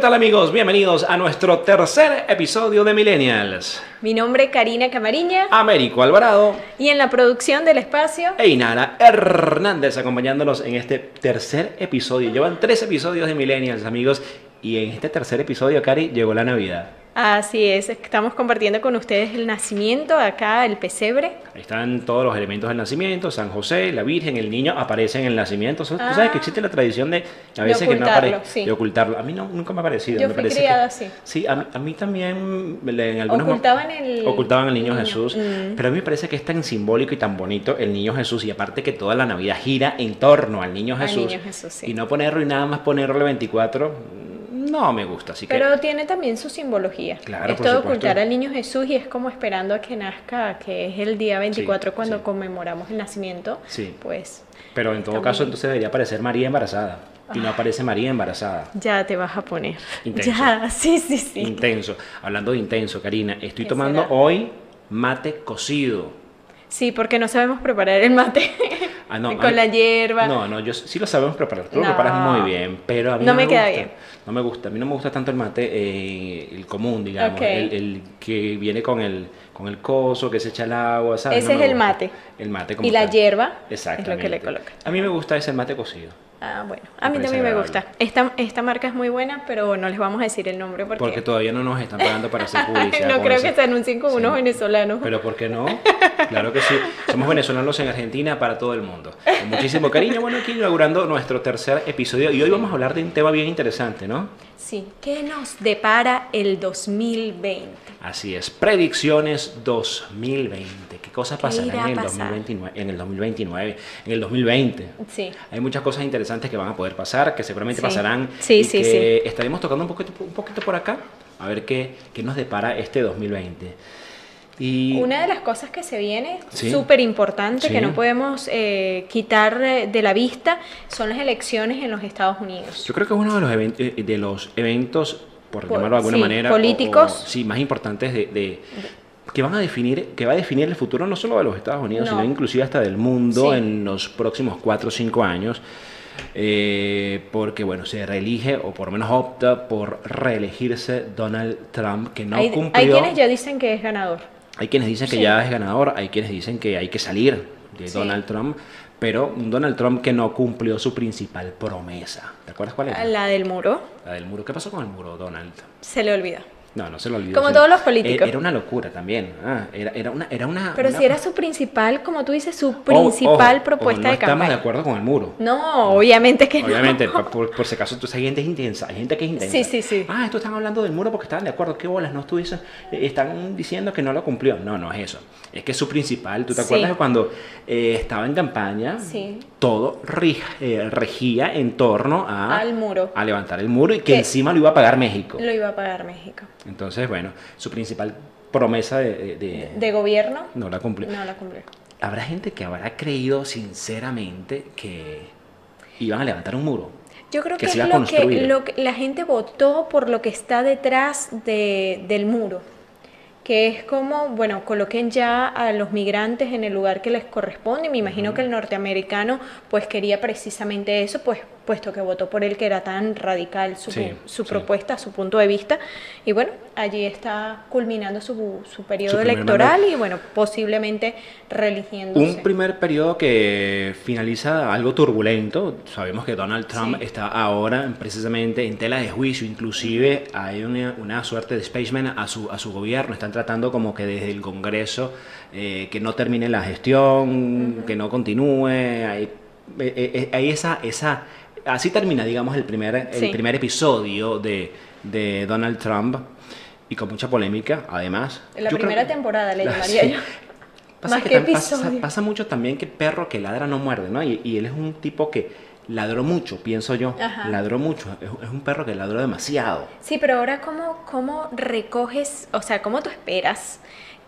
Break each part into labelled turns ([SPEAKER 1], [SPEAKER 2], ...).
[SPEAKER 1] tal amigos? Bienvenidos a nuestro tercer episodio de Millennials.
[SPEAKER 2] Mi nombre es Karina Camariña
[SPEAKER 1] Américo Alvarado
[SPEAKER 2] y en la producción del espacio
[SPEAKER 1] e Inara Hernández acompañándonos en este tercer episodio. Llevan tres episodios de Millennials, amigos. Y en este tercer episodio, Cari, llegó la Navidad.
[SPEAKER 2] Así es, estamos compartiendo con ustedes el nacimiento, acá el pesebre.
[SPEAKER 1] Ahí están todos los elementos del nacimiento, San José, la Virgen, el niño aparece en el nacimiento. Tú
[SPEAKER 2] Ah.
[SPEAKER 1] sabes que existe la tradición de a
[SPEAKER 2] De
[SPEAKER 1] veces que no
[SPEAKER 2] ocultarlo,
[SPEAKER 1] aparece,
[SPEAKER 2] sí.
[SPEAKER 1] de ocultarlo. A mí no, nunca me ha parecido.
[SPEAKER 2] Yo
[SPEAKER 1] me
[SPEAKER 2] fui
[SPEAKER 1] parece
[SPEAKER 2] criada
[SPEAKER 1] que-
[SPEAKER 2] así.
[SPEAKER 1] Sí, a, mí- a mí también le- en algunos mo-
[SPEAKER 2] Ocultaban el
[SPEAKER 1] ocultaban al niño,
[SPEAKER 2] niño.
[SPEAKER 1] Jesús,
[SPEAKER 2] Mm.
[SPEAKER 1] pero a mí me parece que es tan simbólico y tan bonito el niño Jesús y aparte que toda la Navidad gira en torno al niño
[SPEAKER 2] Al
[SPEAKER 1] Jesús.
[SPEAKER 2] niño Jesús, sí.
[SPEAKER 1] Y no ponerlo y nada más ponerlo el 24 no me gusta, así que
[SPEAKER 2] Pero tiene también su simbología.
[SPEAKER 1] Claro,
[SPEAKER 2] Esto
[SPEAKER 1] por
[SPEAKER 2] de
[SPEAKER 1] supuesto.
[SPEAKER 2] ocultar al niño Jesús y es como esperando a que nazca, que es el día 24
[SPEAKER 1] Sí,
[SPEAKER 2] cuando
[SPEAKER 1] sí.
[SPEAKER 2] conmemoramos el nacimiento.
[SPEAKER 1] Sí.
[SPEAKER 2] Pues
[SPEAKER 1] Pero en todo
[SPEAKER 2] Está
[SPEAKER 1] caso,
[SPEAKER 2] muy- Ah.
[SPEAKER 1] entonces debería aparecer María embarazada. Y no aparece María embarazada.
[SPEAKER 2] ya te vas a poner.
[SPEAKER 1] Intenso.
[SPEAKER 2] Ya, sí, sí, sí.
[SPEAKER 1] Intenso. Hablando de intenso, Karina, estoy
[SPEAKER 2] ¿Qué
[SPEAKER 1] tomando
[SPEAKER 2] será?
[SPEAKER 1] hoy mate cocido.
[SPEAKER 2] sí, porque no sabemos preparar el mate
[SPEAKER 1] Ah, no,
[SPEAKER 2] con
[SPEAKER 1] a mí-
[SPEAKER 2] la hierba.
[SPEAKER 1] No, no, yo sí lo sabemos preparar. Tú lo
[SPEAKER 2] No.
[SPEAKER 1] preparas muy bien, pero a mí no,
[SPEAKER 2] No me queda
[SPEAKER 1] gusta.
[SPEAKER 2] bien.
[SPEAKER 1] No me gusta. A mí no me gusta tanto el mate, eh, el común, digamos.
[SPEAKER 2] Ok.
[SPEAKER 1] El, el que viene con el, con el coso, que se echa el agua, ¿sabes?
[SPEAKER 2] Ese
[SPEAKER 1] No me
[SPEAKER 2] es el
[SPEAKER 1] gusta.
[SPEAKER 2] mate.
[SPEAKER 1] El mate como
[SPEAKER 2] y la
[SPEAKER 1] tal.
[SPEAKER 2] hierba es lo
[SPEAKER 1] Exactamente.
[SPEAKER 2] que le coloca.
[SPEAKER 1] A mí me gusta ese mate cocido.
[SPEAKER 2] Ah, bueno,
[SPEAKER 1] Me
[SPEAKER 2] a mí
[SPEAKER 1] parece
[SPEAKER 2] también me
[SPEAKER 1] agradable.
[SPEAKER 2] gusta. Esta, esta marca es muy buena, pero no les vamos a decir el nombre porque,
[SPEAKER 1] Porque todavía no nos están pagando para hacer publicidad.
[SPEAKER 2] no
[SPEAKER 1] con
[SPEAKER 2] creo
[SPEAKER 1] ese-
[SPEAKER 2] que se anuncien con unos
[SPEAKER 1] Sí.
[SPEAKER 2] venezolanos.
[SPEAKER 1] Pero ¿por qué no? Claro que sí. Somos venezolanos en Argentina para todo el mundo. Con muchísimo cariño. Bueno, aquí inaugurando nuestro tercer episodio. Y hoy vamos a hablar de un tema bien interesante, ¿no?
[SPEAKER 2] Sí, ¿qué nos depara el 2020?
[SPEAKER 1] Así es. Predicciones 2020. ¿Qué cosas
[SPEAKER 2] ¿Qué irá
[SPEAKER 1] pasarán
[SPEAKER 2] a
[SPEAKER 1] en el,
[SPEAKER 2] pasar?
[SPEAKER 1] 2029, en el 2029? En el 2020.
[SPEAKER 2] Sí,
[SPEAKER 1] Hay muchas cosas interesantes que van a poder pasar, que seguramente
[SPEAKER 2] Sí.
[SPEAKER 1] pasarán.
[SPEAKER 2] Sí,
[SPEAKER 1] y
[SPEAKER 2] sí,
[SPEAKER 1] que Estaremos tocando un poquito, un poquito por acá, a ver qué, qué nos depara este 2020. Y
[SPEAKER 2] una de las cosas que se viene,
[SPEAKER 1] Sí.
[SPEAKER 2] súper importante,
[SPEAKER 1] Sí.
[SPEAKER 2] que no podemos eh, quitar eh, de la vista, son las elecciones en los Estados Unidos.
[SPEAKER 1] Yo creo que es uno de los, even- eh, de los eventos, por
[SPEAKER 2] Por-
[SPEAKER 1] llamarlo de alguna
[SPEAKER 2] sí,
[SPEAKER 1] manera, o-
[SPEAKER 2] políticos.
[SPEAKER 1] o- sí, más importantes de, de- que van a definir, que va a definir el futuro no solo de los Estados Unidos,
[SPEAKER 2] No.
[SPEAKER 1] sino inclusive hasta del mundo
[SPEAKER 2] Sí.
[SPEAKER 1] en los próximos 4 o 5 años. eh, porque bueno, se reelige o por lo menos opta por reelegirse Donald Trump, que no
[SPEAKER 2] hay, hay
[SPEAKER 1] cumplió.
[SPEAKER 2] quienes ya dicen que es ganador.
[SPEAKER 1] Hay quienes dicen que
[SPEAKER 2] Sí.
[SPEAKER 1] ya es ganador, hay quienes dicen que hay que salir de
[SPEAKER 2] Sí.
[SPEAKER 1] Donald Trump, pero un Donald Trump que no cumplió su principal promesa. ¿Te acuerdas cuál era?
[SPEAKER 2] La del muro
[SPEAKER 1] La del muro. ¿Qué pasó con el muro, Donald?
[SPEAKER 2] se le olvidó.
[SPEAKER 1] No, no se lo olvidó.
[SPEAKER 2] Como
[SPEAKER 1] se-
[SPEAKER 2] todos los políticos.
[SPEAKER 1] Eh, Era una locura también. Ah, era, era una, era una.
[SPEAKER 2] Pero
[SPEAKER 1] una- Oh,
[SPEAKER 2] si era su principal, como tú dices, su
[SPEAKER 1] Ah, Ojo, ojo,
[SPEAKER 2] principal
[SPEAKER 1] ojo,
[SPEAKER 2] propuesta
[SPEAKER 1] no
[SPEAKER 2] de
[SPEAKER 1] estamos
[SPEAKER 2] campaña.
[SPEAKER 1] de acuerdo con el muro.
[SPEAKER 2] No, obviamente que no.
[SPEAKER 1] Obviamente, pa- por, por si acaso, tú hay gente intensa, hay gente que es intensa.
[SPEAKER 2] Sí, sí, sí.
[SPEAKER 1] Ah, estos están hablando del muro porque estaban de acuerdo, qué bolas, no estuviesen, eh, están diciendo que no lo cumplió. No, no es eso. Es que su principal, ¿tú te
[SPEAKER 2] Sí.
[SPEAKER 1] acuerdas de cuando eh, estaba en campaña?
[SPEAKER 2] Sí.
[SPEAKER 1] Todo ri- eh, regía en torno a...
[SPEAKER 2] Al muro.
[SPEAKER 1] A levantar el muro y que
[SPEAKER 2] Que-
[SPEAKER 1] encima lo iba a pagar México.
[SPEAKER 2] Lo iba a pagar México.
[SPEAKER 1] Entonces, bueno, su principal promesa de, de- de-
[SPEAKER 2] ¿De gobierno?
[SPEAKER 1] no la cumplió.
[SPEAKER 2] No la cumplió.
[SPEAKER 1] Habrá gente que habrá creído sinceramente que iban a levantar un muro.
[SPEAKER 2] Yo creo
[SPEAKER 1] Que
[SPEAKER 2] que,
[SPEAKER 1] se
[SPEAKER 2] es
[SPEAKER 1] iba a
[SPEAKER 2] lo que,
[SPEAKER 1] construir.
[SPEAKER 2] lo que- la gente votó por lo que está detrás de- del muro. Que es como, bueno, coloquen ya a los migrantes en el lugar que les corresponde. Y me imagino que el norteamericano pues quería precisamente eso, pues puesto que votó por él que era tan radical su,
[SPEAKER 1] Sí,
[SPEAKER 2] su
[SPEAKER 1] sí.
[SPEAKER 2] propuesta, su punto de vista. Y bueno, allí está culminando su, su periodo
[SPEAKER 1] primer
[SPEAKER 2] electoral y bueno, posiblemente reeligiéndose.
[SPEAKER 1] Un primer periodo que finaliza algo turbulento. Sabemos que Donald Trump
[SPEAKER 2] Sí.
[SPEAKER 1] está ahora precisamente en tela de juicio. Inclusive hay una, una suerte de spaceman a su, a su gobierno. Están tratando como que desde el Congreso eh, que no termine la gestión, que no continúe. Hay, eh, eh, hay esa, esa... Así termina, digamos, el primer, el
[SPEAKER 2] Sí.
[SPEAKER 1] primer episodio de, de Donald Trump. Y con mucha polémica, además.
[SPEAKER 2] La
[SPEAKER 1] Yo creo
[SPEAKER 2] primera
[SPEAKER 1] que-
[SPEAKER 2] temporada le
[SPEAKER 1] la-
[SPEAKER 2] llamaría
[SPEAKER 1] sí.
[SPEAKER 2] yo.
[SPEAKER 1] Pasa
[SPEAKER 2] Más
[SPEAKER 1] que
[SPEAKER 2] que
[SPEAKER 1] tam- pasa-
[SPEAKER 2] episodio.
[SPEAKER 1] pasa mucho también que perro que ladra no muerde, ¿no? Y, y él es un tipo que ladró mucho, pienso yo.
[SPEAKER 2] Ajá.
[SPEAKER 1] Ladró mucho. Es, es un perro que ladró demasiado.
[SPEAKER 2] Sí, pero ahora ¿cómo, cómo recoges, o sea, cómo tú esperas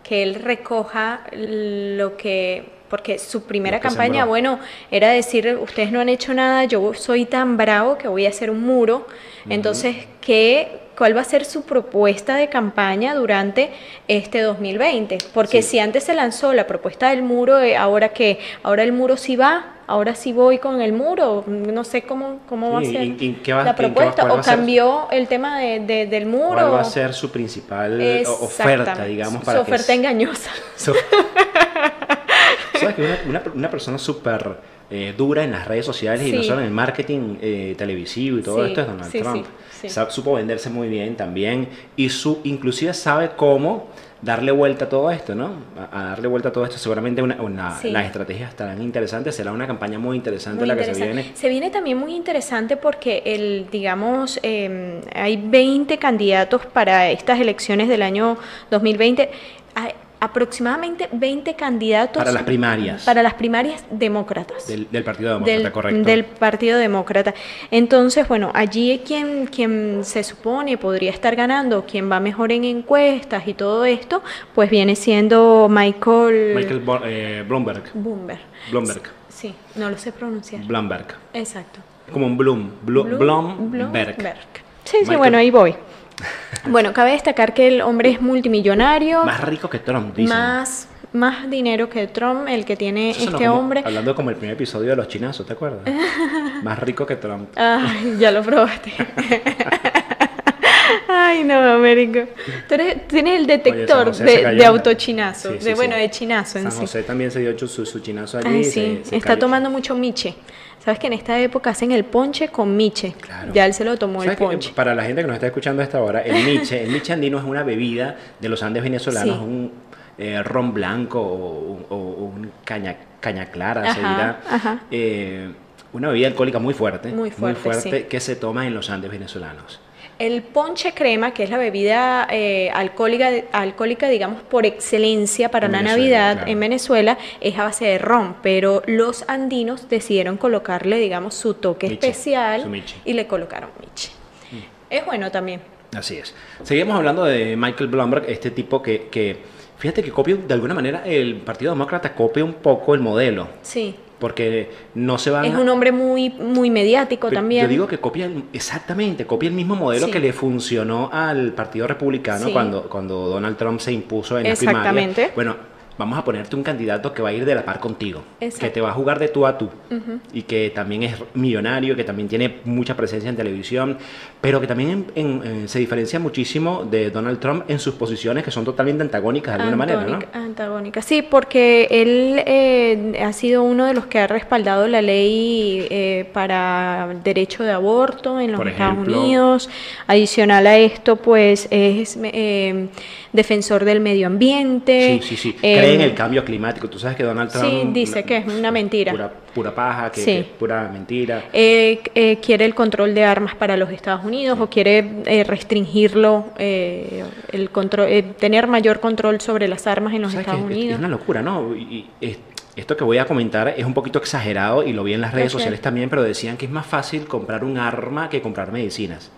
[SPEAKER 2] que él recoja lo que, porque su primera
[SPEAKER 1] Lo que
[SPEAKER 2] campaña,
[SPEAKER 1] sembró.
[SPEAKER 2] bueno, era decir, ustedes no han hecho nada, yo soy tan bravo que voy a hacer un muro, entonces, ¿qué, ¿cuál va a ser su propuesta de campaña durante este 2020? Porque
[SPEAKER 1] Sí.
[SPEAKER 2] si antes se lanzó la propuesta del muro, eh, ahora que, ahora el muro sí va. ahora sí voy con el muro, no sé cómo, cómo va a
[SPEAKER 1] Sí,
[SPEAKER 2] ser
[SPEAKER 1] ¿y- y qué va-
[SPEAKER 2] la
[SPEAKER 1] en qué va-
[SPEAKER 2] propuesta,
[SPEAKER 1] cuál va
[SPEAKER 2] o
[SPEAKER 1] a ser?
[SPEAKER 2] cambió el tema de- de- del muro.
[SPEAKER 1] ¿Cuál va a ser su principal eh, o- oferta,
[SPEAKER 2] Exactamente.
[SPEAKER 1] digamos,
[SPEAKER 2] Su
[SPEAKER 1] para que
[SPEAKER 2] oferta engañosa.
[SPEAKER 1] So- ¿Sabes que una, una- una persona súper eh, dura en las redes sociales y no
[SPEAKER 2] Sí.
[SPEAKER 1] solo en el marketing eh, televisivo y todo
[SPEAKER 2] Sí,
[SPEAKER 1] esto es Donald
[SPEAKER 2] sí, sí,
[SPEAKER 1] Trump?
[SPEAKER 2] sí.
[SPEAKER 1] Sa- Supo venderse muy bien también y su, inclusive sabe cómo darle vuelta a todo esto, ¿no? A, a darle vuelta a todo esto. Seguramente una, una-
[SPEAKER 2] Sí.
[SPEAKER 1] las estrategias estarán interesantes, será una campaña muy interesante
[SPEAKER 2] Muy
[SPEAKER 1] la que se
[SPEAKER 2] interesante.
[SPEAKER 1] viene.
[SPEAKER 2] también muy interesante porque el, digamos, eh, hay 20 candidatos para estas elecciones del año 2020. Hay aproximadamente 20 candidatos
[SPEAKER 1] Para las primarias
[SPEAKER 2] para las primarias demócratas.
[SPEAKER 1] del, del Partido Demócrata,
[SPEAKER 2] del,
[SPEAKER 1] correcto.
[SPEAKER 2] del Partido Demócrata. Entonces, bueno, allí quien, quien se supone podría estar ganando, quien va mejor en encuestas y todo esto, pues viene siendo Michael,
[SPEAKER 1] Michael Bo- eh, Bloomberg.
[SPEAKER 2] Bloomberg.
[SPEAKER 1] Bloomberg.
[SPEAKER 2] Sí, no lo sé pronunciar.
[SPEAKER 1] Bloomberg.
[SPEAKER 2] Exacto.
[SPEAKER 1] Como un Bloom. Blo-
[SPEAKER 2] Blum-
[SPEAKER 1] Bloomberg.
[SPEAKER 2] Bloomberg. Sí, sí,
[SPEAKER 1] Michael-
[SPEAKER 2] bueno, ahí voy. Bueno, cabe destacar que el hombre es multimillonario,
[SPEAKER 1] Más rico que Trump, dicen.
[SPEAKER 2] más, más dinero que Trump, el que tiene
[SPEAKER 1] Eso suena
[SPEAKER 2] este
[SPEAKER 1] como-
[SPEAKER 2] hombre.
[SPEAKER 1] Hablando como el primer episodio de los chinazos, ¿te acuerdas? Más rico que Trump.
[SPEAKER 2] Ay, ya lo probaste. Ay, no, Américo. Tú eres- tienes el detector
[SPEAKER 1] Oye, San José se
[SPEAKER 2] de,
[SPEAKER 1] cayó
[SPEAKER 2] de
[SPEAKER 1] en-
[SPEAKER 2] autochinazo,
[SPEAKER 1] Sí, sí,
[SPEAKER 2] de
[SPEAKER 1] sí.
[SPEAKER 2] bueno, de chinazo en
[SPEAKER 1] San
[SPEAKER 2] sí.
[SPEAKER 1] José también se dio chu- su, su chinazo allí.
[SPEAKER 2] Ay,
[SPEAKER 1] y
[SPEAKER 2] sí,
[SPEAKER 1] se- se
[SPEAKER 2] está
[SPEAKER 1] cayó.
[SPEAKER 2] tomando mucho miche. Sabes que en esta época hacen el ponche con miche.
[SPEAKER 1] Claro.
[SPEAKER 2] Ya él se lo tomó el
[SPEAKER 1] ¿Sabes qué?
[SPEAKER 2] ponche.
[SPEAKER 1] Para la gente que nos está escuchando a esta hora, el miche, el miche andino es una bebida de los Andes venezolanos,
[SPEAKER 2] Sí.
[SPEAKER 1] un eh, ron blanco o, o- o un caña, caña clara, se
[SPEAKER 2] Ajá,
[SPEAKER 1] dirá.
[SPEAKER 2] ajá.
[SPEAKER 1] Eh, una bebida alcohólica muy fuerte,
[SPEAKER 2] Muy fuerte, sí.
[SPEAKER 1] que se toma en los Andes venezolanos.
[SPEAKER 2] El ponche crema, que es la bebida eh, alcohólica, alcohólica, digamos, por excelencia para
[SPEAKER 1] En
[SPEAKER 2] la
[SPEAKER 1] Venezuela,
[SPEAKER 2] Navidad
[SPEAKER 1] claro.
[SPEAKER 2] en Venezuela, es a base de ron, pero los andinos decidieron colocarle, digamos, su toque
[SPEAKER 1] Miche,
[SPEAKER 2] especial
[SPEAKER 1] su miche. Mm.
[SPEAKER 2] y le colocaron miche. Es bueno también.
[SPEAKER 1] Así es. Seguimos hablando de Michael Bloomberg, este tipo que, que fíjate que copia, de alguna manera, el Partido Demócrata copia un poco el modelo,
[SPEAKER 2] Sí.
[SPEAKER 1] porque no se van
[SPEAKER 2] Es
[SPEAKER 1] a-
[SPEAKER 2] un hombre muy, muy mediático
[SPEAKER 1] Pero
[SPEAKER 2] también.
[SPEAKER 1] Yo digo que copia el- exactamente, copia el mismo modelo
[SPEAKER 2] Sí.
[SPEAKER 1] que le funcionó al Partido Republicano
[SPEAKER 2] Sí.
[SPEAKER 1] cuando, cuando Donald Trump se impuso en las primarias.
[SPEAKER 2] Exactamente.
[SPEAKER 1] Bueno, vamos a ponerte un candidato que va a ir de la par contigo,
[SPEAKER 2] Exacto.
[SPEAKER 1] que te va a jugar de tú a tú y que también es millonario, que también tiene mucha presencia en televisión, pero que también en- en- eh, se diferencia muchísimo de Donald Trump en sus posiciones que son totalmente antagónicas de alguna manera, ¿no?
[SPEAKER 2] Antónica- Antagónica, sí, porque él eh, ha sido uno de los que ha respaldado la ley eh, para derecho de aborto en los
[SPEAKER 1] Por
[SPEAKER 2] Estados
[SPEAKER 1] ejemplo.
[SPEAKER 2] Unidos. Adicional a esto, pues es eh, defensor del medio ambiente.
[SPEAKER 1] Sí, sí, sí.
[SPEAKER 2] eh,
[SPEAKER 1] Cree en el cambio climático. Tú sabes que Donald
[SPEAKER 2] sí,
[SPEAKER 1] Trump...
[SPEAKER 2] dice que es una mentira.
[SPEAKER 1] Pura, pura paja, que,
[SPEAKER 2] Sí.
[SPEAKER 1] que pura mentira.
[SPEAKER 2] eh, eh, quiere el control de armas para los Estados Unidos o quiere eh, restringirlo, eh, el control, eh, tener mayor control sobre las armas en los
[SPEAKER 1] ¿Sabes
[SPEAKER 2] Estados
[SPEAKER 1] qué? Es-
[SPEAKER 2] Unidos.
[SPEAKER 1] Es una locura, ¿no? Y- y es- esto que voy a comentar es un poquito exagerado y lo vi en las redes
[SPEAKER 2] Ok.
[SPEAKER 1] sociales también, pero decían que es más fácil comprar un arma que comprar medicinas.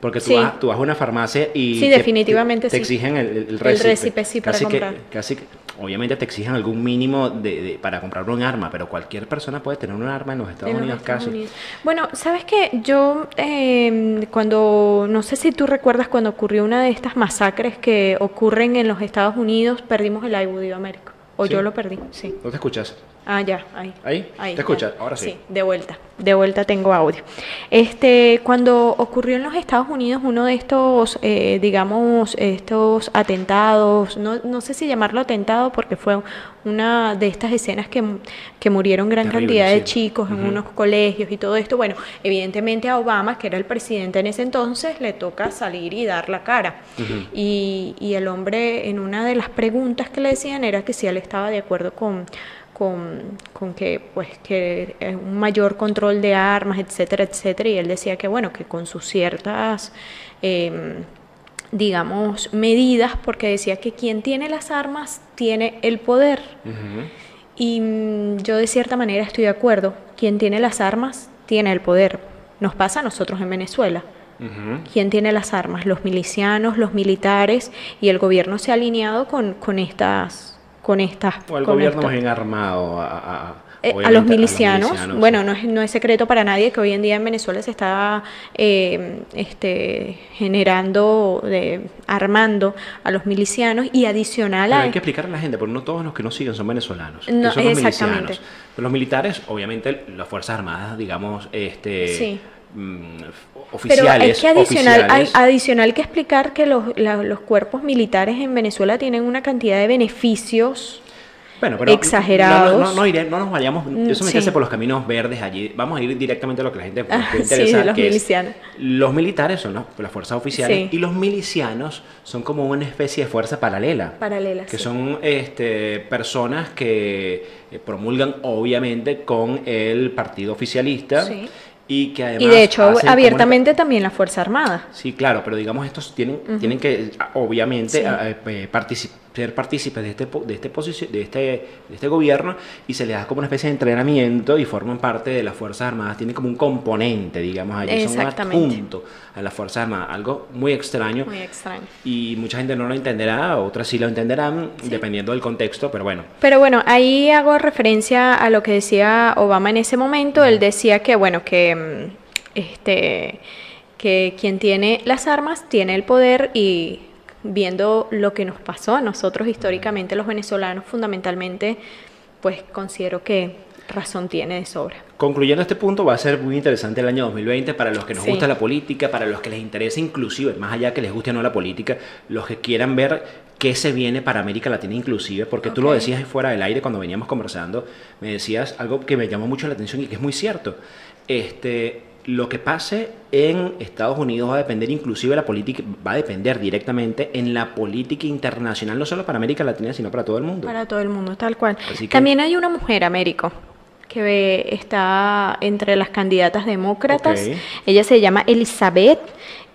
[SPEAKER 1] Porque tú,
[SPEAKER 2] Sí.
[SPEAKER 1] vas, tú vas a una farmacia y
[SPEAKER 2] Sí, definitivamente
[SPEAKER 1] te, te
[SPEAKER 2] sí.
[SPEAKER 1] exigen el, el, el
[SPEAKER 2] récipe, sí, para
[SPEAKER 1] Casi que-
[SPEAKER 2] comprar.
[SPEAKER 1] casi que- obviamente te exigen algún mínimo de, de- para comprar un arma, pero cualquier persona puede tener un arma en los Estados
[SPEAKER 2] en los
[SPEAKER 1] Unidos
[SPEAKER 2] Estados
[SPEAKER 1] casi.
[SPEAKER 2] Unidos. Bueno, sabes que yo eh, cuando, no sé si tú recuerdas cuando ocurrió una de estas masacres que ocurren en los Estados Unidos, perdimos el audio Américo. O
[SPEAKER 1] Sí.
[SPEAKER 2] yo lo perdí, sí.
[SPEAKER 1] ¿No te escuchas?
[SPEAKER 2] Ah, ya, ahí.
[SPEAKER 1] ¿Ahí? ¿Te
[SPEAKER 2] ya.
[SPEAKER 1] escuchas? Ahora sí.
[SPEAKER 2] de vuelta. De vuelta tengo audio. Este, cuando ocurrió en los Estados Unidos uno de estos, eh, digamos, estos atentados, no, no sé si llamarlo atentado porque fue una de estas escenas que, que murieron gran
[SPEAKER 1] Terrible,
[SPEAKER 2] cantidad de
[SPEAKER 1] sí.
[SPEAKER 2] chicos en
[SPEAKER 1] Ujú.
[SPEAKER 2] unos colegios y todo esto. Bueno, evidentemente a Obama, que era el presidente en ese entonces, le toca salir y dar la cara. y, y el hombre, en una de las preguntas que le decían, era que si él estaba de acuerdo con, con, con que, pues, que eh, un mayor control de armas, etcétera, etcétera. Y él decía que, bueno, que con sus ciertas. em, digamos, medidas, porque decía que quien tiene las armas tiene el poder.
[SPEAKER 1] Ujú.
[SPEAKER 2] Y mm, yo de cierta manera estoy de acuerdo. Quien tiene las armas tiene el poder. Nos pasa a nosotros en Venezuela.
[SPEAKER 1] Ujú.
[SPEAKER 2] ¿Quién tiene las armas? Los milicianos, los militares y el gobierno se ha alineado con, con estas... Con estas
[SPEAKER 1] O el
[SPEAKER 2] con
[SPEAKER 1] gobierno
[SPEAKER 2] esto.
[SPEAKER 1] más bien armado a, a- a-
[SPEAKER 2] eh, a los milicianos. bueno, no es, no es secreto para nadie que hoy en día en Venezuela se está eh, este, generando, de, armando a los milicianos y adicional
[SPEAKER 1] Pero
[SPEAKER 2] a...
[SPEAKER 1] hay que explicar a la gente, porque no todos los que nos siguen son venezolanos.
[SPEAKER 2] No,
[SPEAKER 1] que son los
[SPEAKER 2] exactamente.
[SPEAKER 1] milicianos. Pero los militares, obviamente, las Fuerzas Armadas, digamos, este,
[SPEAKER 2] Sí.
[SPEAKER 1] mm,
[SPEAKER 2] Pero
[SPEAKER 1] oficiales.
[SPEAKER 2] hay que adicional, hay
[SPEAKER 1] oficiales.
[SPEAKER 2] adicional que explicar que los, la- los cuerpos militares en Venezuela tienen una cantidad de beneficios.
[SPEAKER 1] Bueno, pero
[SPEAKER 2] exagerados.
[SPEAKER 1] No, no, no, iré- no nos vayamos,
[SPEAKER 2] Mm,
[SPEAKER 1] eso me
[SPEAKER 2] sí.
[SPEAKER 1] hace por los caminos verdes allí. Vamos a ir directamente a lo que la gente nos
[SPEAKER 2] Ah,
[SPEAKER 1] puede
[SPEAKER 2] sí,
[SPEAKER 1] interesar,
[SPEAKER 2] los
[SPEAKER 1] que es-
[SPEAKER 2] milicianos.
[SPEAKER 1] los militares son los- las fuerzas oficiales
[SPEAKER 2] Sí.
[SPEAKER 1] y los milicianos son como una especie de fuerza paralela.
[SPEAKER 2] Paralelas,
[SPEAKER 1] Que
[SPEAKER 2] sí.
[SPEAKER 1] son este, personas que eh, promulgan, obviamente, con el partido oficialista.
[SPEAKER 2] Sí.
[SPEAKER 1] Y que además.
[SPEAKER 2] Y de hecho,
[SPEAKER 1] hacen como una-
[SPEAKER 2] abiertamente también la Fuerza Armada.
[SPEAKER 1] Sí, claro, pero digamos, estos tienen, tienen que, a- obviamente,
[SPEAKER 2] Sí.
[SPEAKER 1] a- eh, eh, partici- ser partícipes de este, po- de, este posici- de, este, de este gobierno y se les da como una especie de entrenamiento y forman parte de las Fuerzas Armadas. Tienen como un componente, digamos, allí son un
[SPEAKER 2] Exactamente.
[SPEAKER 1] adjunto a las Fuerzas Armadas. Algo muy extraño
[SPEAKER 2] Muy extraño.
[SPEAKER 1] y mucha gente no lo entenderá, otras sí lo entenderán, dependiendo del contexto, pero bueno.
[SPEAKER 2] Pero bueno, ahí hago referencia a lo que decía Obama en ese momento. Él decía que, bueno, que, mm, este, que quien tiene las armas tiene el poder y viendo lo que nos pasó a nosotros históricamente los venezolanos, fundamentalmente, pues considero que razón tiene de sobra.
[SPEAKER 1] Concluyendo este punto, va a ser muy interesante el año 2020 para los que nos
[SPEAKER 2] Sí.
[SPEAKER 1] gusta la política, para los que les interesa inclusive, más allá que les guste o no la política, los que quieran ver qué se viene para América Latina inclusive, porque tú lo
[SPEAKER 2] Ok.
[SPEAKER 1] decías fuera del aire cuando veníamos conversando, me decías algo que me llamó mucho la atención y que es muy cierto. Este, lo que pase en Estados Unidos va a depender inclusive la política, va a depender directamente en la política internacional, no solo para América Latina, sino para todo el mundo.
[SPEAKER 2] Para todo el mundo, tal cual.
[SPEAKER 1] Así que-
[SPEAKER 2] También hay una mujer, Américo, que ve- está entre las candidatas demócratas.
[SPEAKER 1] Ok.
[SPEAKER 2] Ella se llama Elizabeth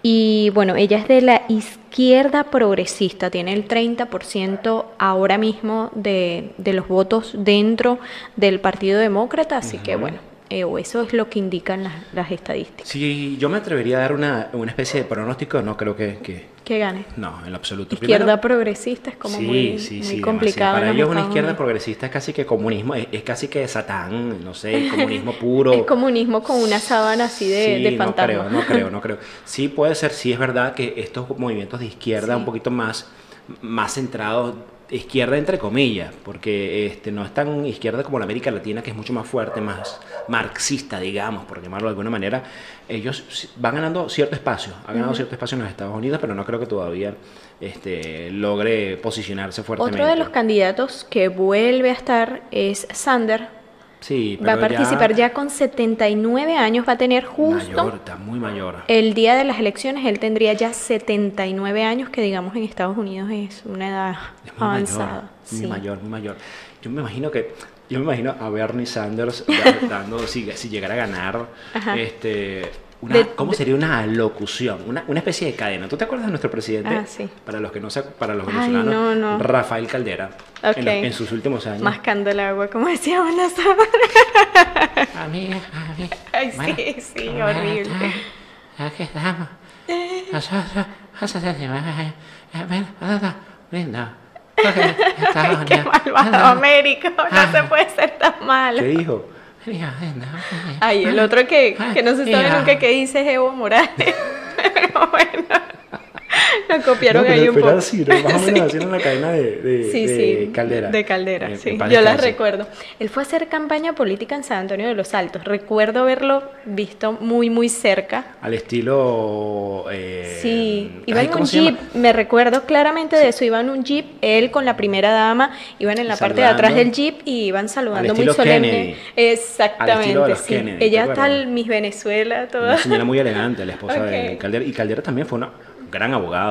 [SPEAKER 2] y bueno, ella es de la izquierda progresista, tiene el 30% ahora mismo de, de los votos dentro del Partido Demócrata, así que
[SPEAKER 1] Ujú.
[SPEAKER 2] bueno, eh, o eso es lo que indican las, las estadísticas.
[SPEAKER 1] Si yo me atrevería a dar una, una especie de pronóstico, no creo que- que,
[SPEAKER 2] Que gane.
[SPEAKER 1] No, en lo absoluto.
[SPEAKER 2] Izquierda
[SPEAKER 1] Primero-
[SPEAKER 2] progresista es como muy, muy
[SPEAKER 1] demasiado.
[SPEAKER 2] complicado. en
[SPEAKER 1] Para
[SPEAKER 2] los
[SPEAKER 1] ellos una
[SPEAKER 2] Estados
[SPEAKER 1] izquierda
[SPEAKER 2] Unidos.
[SPEAKER 1] progresista es casi que comunismo, es, es casi que satán, no sé, comunismo puro.
[SPEAKER 2] Es comunismo con una sábana así de,
[SPEAKER 1] Sí,
[SPEAKER 2] de
[SPEAKER 1] no
[SPEAKER 2] fantasma.
[SPEAKER 1] creo, no creo, no creo. Sí puede ser, sí es verdad que estos movimientos de izquierda
[SPEAKER 2] Sí.
[SPEAKER 1] un poquito más, más centrados, izquierda entre comillas, porque este, no es tan izquierda como la América Latina, que es mucho más fuerte, más marxista, digamos, por llamarlo de alguna manera. Ellos sí- van ganando cierto espacio, ha ganado cierto espacio en los Estados Unidos, pero no creo que todavía este, logre posicionarse fuertemente.
[SPEAKER 2] Otro de los candidatos que vuelve a estar es Sander.
[SPEAKER 1] sí,
[SPEAKER 2] Va a
[SPEAKER 1] pero ya
[SPEAKER 2] participar ya con 79 años, va a tener justo
[SPEAKER 1] Mayor, está muy mayor.
[SPEAKER 2] el día de las elecciones, él tendría ya 79 años, que digamos en Estados Unidos es una edad
[SPEAKER 1] Es muy mayor,
[SPEAKER 2] avanzada.
[SPEAKER 1] muy
[SPEAKER 2] sí.
[SPEAKER 1] mayor, muy mayor. Yo me imagino que, yo me imagino a Bernie Sanders da- dando, si, si llegara a ganar,
[SPEAKER 2] Ajá.
[SPEAKER 1] este, una,
[SPEAKER 2] De-
[SPEAKER 1] ¿cómo sería una alocución? Una, una especie de cadena. ¿Tú te acuerdas de nuestro presidente?
[SPEAKER 2] Ah, sí.
[SPEAKER 1] Para los que no se, para los
[SPEAKER 2] Ay,
[SPEAKER 1] venezolanos,
[SPEAKER 2] no, no.
[SPEAKER 1] Rafael Caldera. En, los-
[SPEAKER 2] Ok.
[SPEAKER 1] en sus últimos años.
[SPEAKER 2] Mascando el agua, como decíamos nosotros.
[SPEAKER 3] Amiga, amiga.
[SPEAKER 2] Ay, sí, sí, horrible.
[SPEAKER 3] Aquí estamos. Nosotros, nosotros, nosotros, lindo. Porque estamos
[SPEAKER 2] Ay, qué malvado, Américo.
[SPEAKER 1] Ah.
[SPEAKER 2] No se puede ser tan malo.
[SPEAKER 1] ¿Qué dijo?
[SPEAKER 2] Ay, el otro que, que no se sabe nunca qué dice es Evo Morales. Pero bueno, lo copiaron
[SPEAKER 1] No, pero-
[SPEAKER 2] ahí un
[SPEAKER 1] pero
[SPEAKER 2] poco.
[SPEAKER 1] así, ¿no? más o menos
[SPEAKER 2] Sí.
[SPEAKER 1] haciendo la cadena de, de-
[SPEAKER 2] Sí,
[SPEAKER 1] de
[SPEAKER 2] sí,
[SPEAKER 1] Caldera. Eh,
[SPEAKER 2] De Caldera,
[SPEAKER 1] En-
[SPEAKER 2] sí.
[SPEAKER 1] en paz
[SPEAKER 2] Yo las
[SPEAKER 1] descanse.
[SPEAKER 2] recuerdo. Él fue a hacer campaña política en San Antonio de los Altos. Recuerdo verlo visto muy, muy cerca.
[SPEAKER 1] Al estilo. eh,
[SPEAKER 2] Sí,
[SPEAKER 1] ay,
[SPEAKER 2] iba en
[SPEAKER 1] ¿cómo
[SPEAKER 2] un
[SPEAKER 1] se llama?
[SPEAKER 2] jeep, me recuerdo claramente de eso, iban en un jeep, él con la primera dama, iban en la parte de atrás del
[SPEAKER 1] Saludando.
[SPEAKER 2] jeep y iban saludando
[SPEAKER 1] Al
[SPEAKER 2] muy
[SPEAKER 1] estilo
[SPEAKER 2] solemne.
[SPEAKER 1] Kennedy.
[SPEAKER 2] Exactamente,
[SPEAKER 1] Al estilo de los
[SPEAKER 2] sí.
[SPEAKER 1] Kennedy, ¿te
[SPEAKER 2] Ella
[SPEAKER 1] acuerdas?
[SPEAKER 2] tal Miss Venezuela, toda.
[SPEAKER 1] Una señora muy elegante, la esposa de
[SPEAKER 2] Ok.
[SPEAKER 1] Caldera. Y Caldera también fue una- un gran abogado.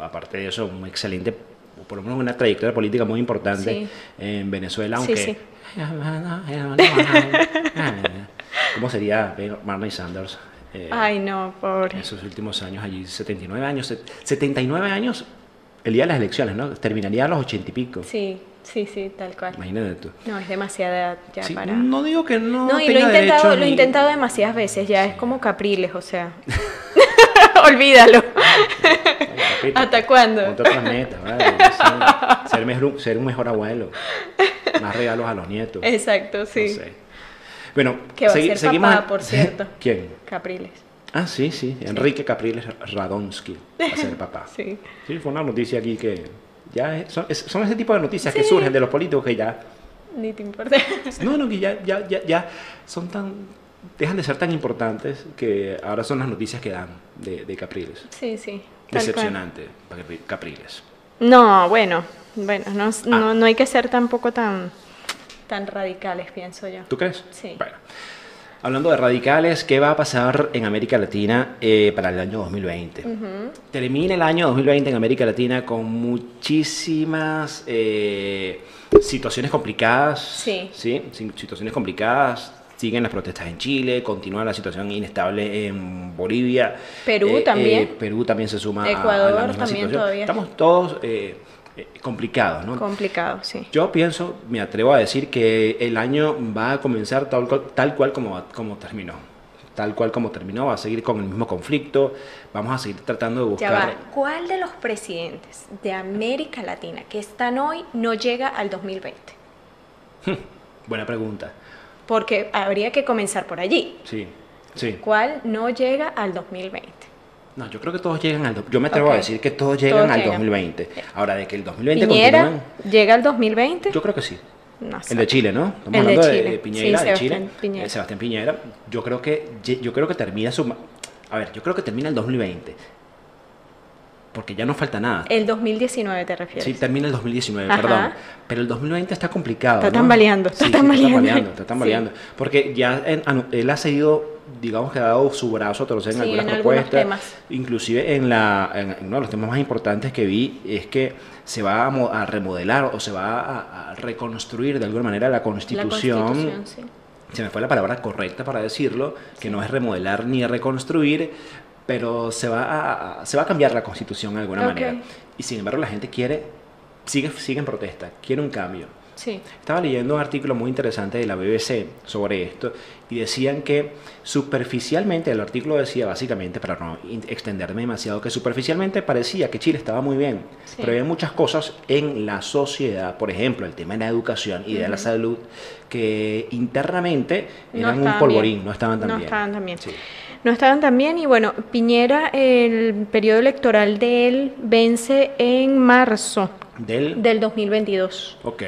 [SPEAKER 1] Aparte de eso, un excelente, por lo menos una trayectoria política muy importante
[SPEAKER 2] Sí.
[SPEAKER 1] en Venezuela,
[SPEAKER 2] Sí,
[SPEAKER 1] aunque.
[SPEAKER 2] sí.
[SPEAKER 1] ¿Cómo sería ver Marley Sanders? eh,
[SPEAKER 2] Ay, no, pobre.
[SPEAKER 1] En sus últimos años allí, 79 años. se- 79 años el día de las elecciones, ¿no? Terminaría a los 80 y pico.
[SPEAKER 2] Sí, sí, sí, tal cual.
[SPEAKER 1] Imagínate tú.
[SPEAKER 2] No, es demasiada edad ya
[SPEAKER 1] Sí,
[SPEAKER 2] para.
[SPEAKER 1] No digo que no.
[SPEAKER 2] No, y lo he
[SPEAKER 1] tenga
[SPEAKER 2] intentado,
[SPEAKER 1] derecho
[SPEAKER 2] lo he
[SPEAKER 1] ni-
[SPEAKER 2] intentado demasiadas veces, ya es como Capriles, o sea. Olvídalo.
[SPEAKER 1] Ay, papito,
[SPEAKER 2] ¿Hasta cuándo?
[SPEAKER 1] Ponte otras metas, vale, no sé. ser, mejor- ser un mejor abuelo. Más regalos a los nietos.
[SPEAKER 2] Exacto,
[SPEAKER 1] No
[SPEAKER 2] Eh, sí.
[SPEAKER 1] sé. Bueno,
[SPEAKER 2] Que va a
[SPEAKER 1] segui-
[SPEAKER 2] ser
[SPEAKER 1] seguimos.
[SPEAKER 2] papá,
[SPEAKER 1] a-
[SPEAKER 2] por cierto.
[SPEAKER 1] ¿Quién?
[SPEAKER 2] Capriles.
[SPEAKER 1] Ah, sí, sí. Enrique Capriles Radonsky va a ser papá.
[SPEAKER 2] Sí.
[SPEAKER 1] Sí, fue una noticia aquí que ya es- son, es- son ese tipo de noticias que surgen de los políticos que ya,
[SPEAKER 2] Ni te importa.
[SPEAKER 1] no, no, que ya, ya, ya, ya son tan, dejan de ser tan importantes que ahora son las noticias que dan de, de Capriles.
[SPEAKER 2] Sí, sí. tal cual.
[SPEAKER 1] Decepcionante, Capri- Capriles.
[SPEAKER 2] No, bueno, bueno, no, no,
[SPEAKER 1] Ah.
[SPEAKER 2] no hay que ser tampoco tan, tan radicales, pienso yo.
[SPEAKER 1] ¿Tú crees?
[SPEAKER 2] Sí.
[SPEAKER 1] Bueno. Hablando de radicales, ¿qué va a pasar en América Latina eh, para el año 2020? Termina el año 2020 en América Latina con muchísimas eh, situaciones complicadas.
[SPEAKER 2] Sí.
[SPEAKER 1] sin- situaciones complicadas. Siguen las protestas en Chile, continúa la situación inestable en Bolivia. Eh,
[SPEAKER 2] Perú también.
[SPEAKER 1] Perú también se suma a- a, la
[SPEAKER 2] Ecuador
[SPEAKER 1] misma
[SPEAKER 2] también
[SPEAKER 1] situación.
[SPEAKER 2] todavía.
[SPEAKER 1] Estamos todos eh, eh, complicados, ¿no?
[SPEAKER 2] Complicado, sí.
[SPEAKER 1] Yo pienso, me atrevo a decir que el año va a comenzar tal cual, tal cual como, como terminó. Tal cual como terminó, va a seguir con el mismo conflicto. Vamos a seguir tratando de
[SPEAKER 2] Ya
[SPEAKER 1] buscar.
[SPEAKER 2] va. ¿Cuál de los presidentes de América Latina que están hoy no llega al 2020?
[SPEAKER 1] Buena pregunta.
[SPEAKER 2] Porque habría que comenzar por allí.
[SPEAKER 1] Sí, sí.
[SPEAKER 2] ¿Cuál no llega al 2020?
[SPEAKER 1] No, yo creo que todos llegan al. do- Yo me atrevo
[SPEAKER 2] Ok.
[SPEAKER 1] a decir que todos llegan
[SPEAKER 2] Todos
[SPEAKER 1] al
[SPEAKER 2] llegan.
[SPEAKER 1] 2020. Ahora, de que el 2020
[SPEAKER 2] ¿Piñera
[SPEAKER 1] continúen,
[SPEAKER 2] llega al 2020?
[SPEAKER 1] Yo creo que sí.
[SPEAKER 2] no sé.
[SPEAKER 1] El de Chile, ¿no? Estamos
[SPEAKER 2] El de
[SPEAKER 1] hablando de,
[SPEAKER 2] Chile.
[SPEAKER 1] de Piñera,
[SPEAKER 2] Sí,
[SPEAKER 1] de
[SPEAKER 2] Sebastián
[SPEAKER 1] Chile.
[SPEAKER 2] Piñera.
[SPEAKER 1] Eh, Sebastián Piñera. Yo creo que ye- yo creo que termina su ma- A ver, yo creo que termina el 2020. Porque ya no falta nada.
[SPEAKER 2] El 2019 te refieres.
[SPEAKER 1] Sí, termina el 2019,
[SPEAKER 2] Ajá.
[SPEAKER 1] perdón. Pero el 2020 está complicado.
[SPEAKER 2] Está
[SPEAKER 1] ¿no?
[SPEAKER 2] tambaleando, está
[SPEAKER 1] Sí, sí,
[SPEAKER 2] tambaleando.
[SPEAKER 1] está tambaleando. Porque ya en- anu- él ha seguido, digamos que ha dado su brazo a torcer en
[SPEAKER 2] Sí,
[SPEAKER 1] algunas
[SPEAKER 2] en algunos
[SPEAKER 1] propuestas.
[SPEAKER 2] temas.
[SPEAKER 1] Inclusive en, la, en uno de los temas más importantes que vi es que se va a, mo- a remodelar o se va a, a reconstruir de alguna manera la
[SPEAKER 2] La
[SPEAKER 1] constitución.
[SPEAKER 2] constitución, sí.
[SPEAKER 1] Se me fue la palabra correcta para decirlo, que no es remodelar ni reconstruir, pero se va a, a- se va a cambiar la constitución de alguna
[SPEAKER 2] Ok.
[SPEAKER 1] manera. Y sin embargo la gente quiere, sigue, sigue en protesta, quiere un cambio.
[SPEAKER 2] Sí.
[SPEAKER 1] Estaba leyendo un artículo muy interesante de la BBC sobre esto y decían que superficialmente, el artículo decía básicamente, para no in- extenderme demasiado, que superficialmente parecía que Chile estaba muy bien,
[SPEAKER 2] Sí.
[SPEAKER 1] pero había muchas cosas en la sociedad, por ejemplo, el tema de la educación y de la salud, que internamente
[SPEAKER 2] No
[SPEAKER 1] eran un
[SPEAKER 2] estaban
[SPEAKER 1] polvorín,
[SPEAKER 2] bien.
[SPEAKER 1] no estaban tan
[SPEAKER 2] No
[SPEAKER 1] bien.
[SPEAKER 2] estaban tan bien.
[SPEAKER 1] Sí.
[SPEAKER 2] No estaban tan bien y bueno, Piñera, el periodo electoral de él vence en marzo
[SPEAKER 1] Del...
[SPEAKER 2] del 2022.
[SPEAKER 1] Ok.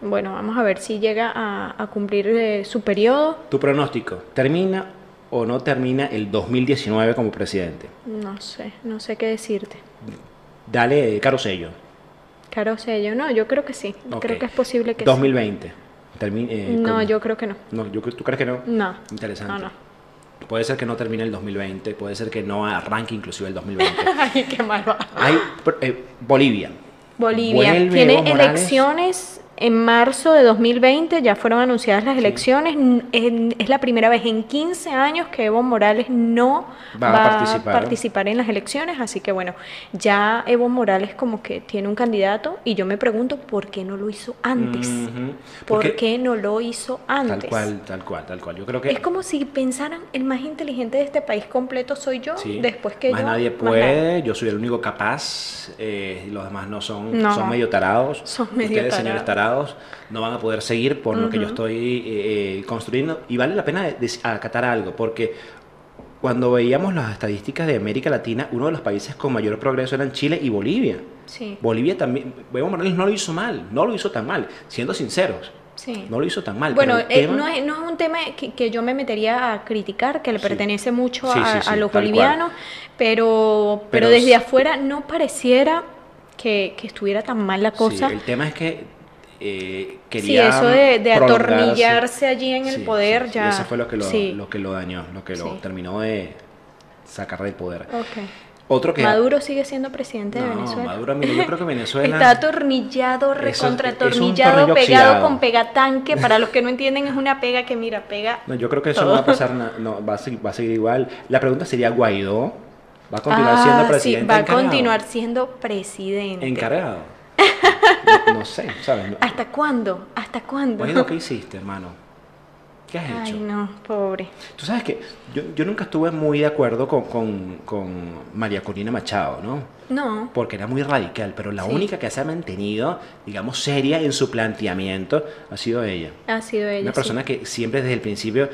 [SPEAKER 2] Bueno, vamos a ver si llega a, a cumplir eh, su periodo.
[SPEAKER 1] Tu pronóstico, ¿termina o no termina el 2019 como presidente?
[SPEAKER 2] No sé, no sé qué decirte.
[SPEAKER 1] Dale, caro sello.
[SPEAKER 2] Caro sello, no, yo creo que sí. Creo
[SPEAKER 1] Ok.
[SPEAKER 2] que es posible que sí.
[SPEAKER 1] 2020. Termi- eh,
[SPEAKER 2] No,
[SPEAKER 1] con-
[SPEAKER 2] yo creo que no.
[SPEAKER 1] No, yo cre- ¿Tú crees que no?
[SPEAKER 2] No.
[SPEAKER 1] Interesante.
[SPEAKER 2] No, no.
[SPEAKER 1] Puede ser que no termine el 2020, puede ser que no arranque inclusive el 2020.
[SPEAKER 2] Ay, qué mal va.
[SPEAKER 1] Hay pr- eh, Bolivia.
[SPEAKER 2] Bolivia
[SPEAKER 1] Vuelve
[SPEAKER 2] tiene
[SPEAKER 1] Evo Morales.
[SPEAKER 2] elecciones en marzo de 2020, ya fueron anunciadas las elecciones. N- en- es la primera vez en 15 años que Evo Morales no
[SPEAKER 1] Va
[SPEAKER 2] va,
[SPEAKER 1] a
[SPEAKER 2] a
[SPEAKER 1] participar.
[SPEAKER 2] participar. en las elecciones, así que bueno, ya Evo Morales como que tiene un candidato y yo me pregunto por qué no lo hizo antes.
[SPEAKER 1] Ujú.
[SPEAKER 2] ¿Por
[SPEAKER 1] Porque-
[SPEAKER 2] qué no lo hizo antes?
[SPEAKER 1] Tal cual, tal cual, tal cual. Yo creo que
[SPEAKER 2] Es como si pensaran, el más inteligente de este país completo soy yo,
[SPEAKER 1] sí,
[SPEAKER 2] después que
[SPEAKER 1] más
[SPEAKER 2] yo...
[SPEAKER 1] nadie
[SPEAKER 2] más
[SPEAKER 1] puede, yo soy el único capaz, eh, y los demás no son,
[SPEAKER 2] No.
[SPEAKER 1] son medio tarados.
[SPEAKER 2] Son medio
[SPEAKER 1] Ustedes, señores tarados, no van a poder seguir por lo que yo estoy eh, eh, construyendo. Y vale la pena de- de- acatar algo, porque cuando veíamos las estadísticas de América Latina, uno de los países con mayor progreso eran Chile y Bolivia.
[SPEAKER 2] Sí,
[SPEAKER 1] Bolivia también, Evo Morales no lo hizo mal, no lo hizo tan mal, siendo sinceros,
[SPEAKER 2] sí.
[SPEAKER 1] no lo hizo tan mal.
[SPEAKER 2] Bueno,
[SPEAKER 1] pero el
[SPEAKER 2] eh,
[SPEAKER 1] tema-
[SPEAKER 2] no, es, no es un tema que, que yo me metería a criticar, que le
[SPEAKER 1] Sí.
[SPEAKER 2] pertenece mucho
[SPEAKER 1] Sí,
[SPEAKER 2] a,
[SPEAKER 1] sí, sí,
[SPEAKER 2] a
[SPEAKER 1] tal
[SPEAKER 2] los
[SPEAKER 1] cual.
[SPEAKER 2] bolivianos, pero, pero,
[SPEAKER 1] Pero
[SPEAKER 2] desde
[SPEAKER 1] s-
[SPEAKER 2] afuera no pareciera que, que estuviera tan mal la
[SPEAKER 1] sí,
[SPEAKER 2] cosa.
[SPEAKER 1] el tema es que eh,
[SPEAKER 2] Sí,
[SPEAKER 1] quería
[SPEAKER 2] eso de, de
[SPEAKER 1] prolongarse.
[SPEAKER 2] atornillarse allí en el
[SPEAKER 1] Sí,
[SPEAKER 2] poder
[SPEAKER 1] sí, sí,
[SPEAKER 2] ya.
[SPEAKER 1] Eso fue lo que lo,
[SPEAKER 2] sí.
[SPEAKER 1] lo que lo dañó, lo que lo
[SPEAKER 2] Sí.
[SPEAKER 1] terminó de sacar del poder.
[SPEAKER 2] Ok.
[SPEAKER 1] Otro que
[SPEAKER 2] Maduro sigue siendo presidente de
[SPEAKER 1] No,
[SPEAKER 2] Venezuela.
[SPEAKER 1] Maduro, mira, yo creo que Venezuela-
[SPEAKER 2] Está atornillado, recontratornillado,
[SPEAKER 1] tornillo
[SPEAKER 2] pegado
[SPEAKER 1] oxidado.
[SPEAKER 2] con pegatanque. Para los que no entienden, es una pega que, mira, pega.
[SPEAKER 1] No, yo creo que eso
[SPEAKER 2] Todo.
[SPEAKER 1] no va a pasar, na- no, va a, seguir, va a seguir igual. La pregunta sería, ¿Guaidó va a continuar
[SPEAKER 2] Ah,
[SPEAKER 1] siendo
[SPEAKER 2] sí,
[SPEAKER 1] presidente?
[SPEAKER 2] va a
[SPEAKER 1] encargado?
[SPEAKER 2] continuar siendo presidente.
[SPEAKER 1] Encargado. No, no sé, ¿sabes? No-
[SPEAKER 2] ¿Hasta cuándo? ¿Hasta cuándo?
[SPEAKER 1] Guaidó, ¿qué hiciste, hermano? ¿Qué has
[SPEAKER 2] Ay,
[SPEAKER 1] hecho?
[SPEAKER 2] no, pobre.
[SPEAKER 1] Tú sabes que yo, yo nunca estuve muy de acuerdo con, con- con María Corina Machado, ¿no?
[SPEAKER 2] No.
[SPEAKER 1] Porque era muy radical, pero la
[SPEAKER 2] Sí.
[SPEAKER 1] única que se ha mantenido, digamos, seria en su planteamiento ha sido ella.
[SPEAKER 2] Ha sido ella.
[SPEAKER 1] Una
[SPEAKER 2] sí.
[SPEAKER 1] persona que siempre desde el principio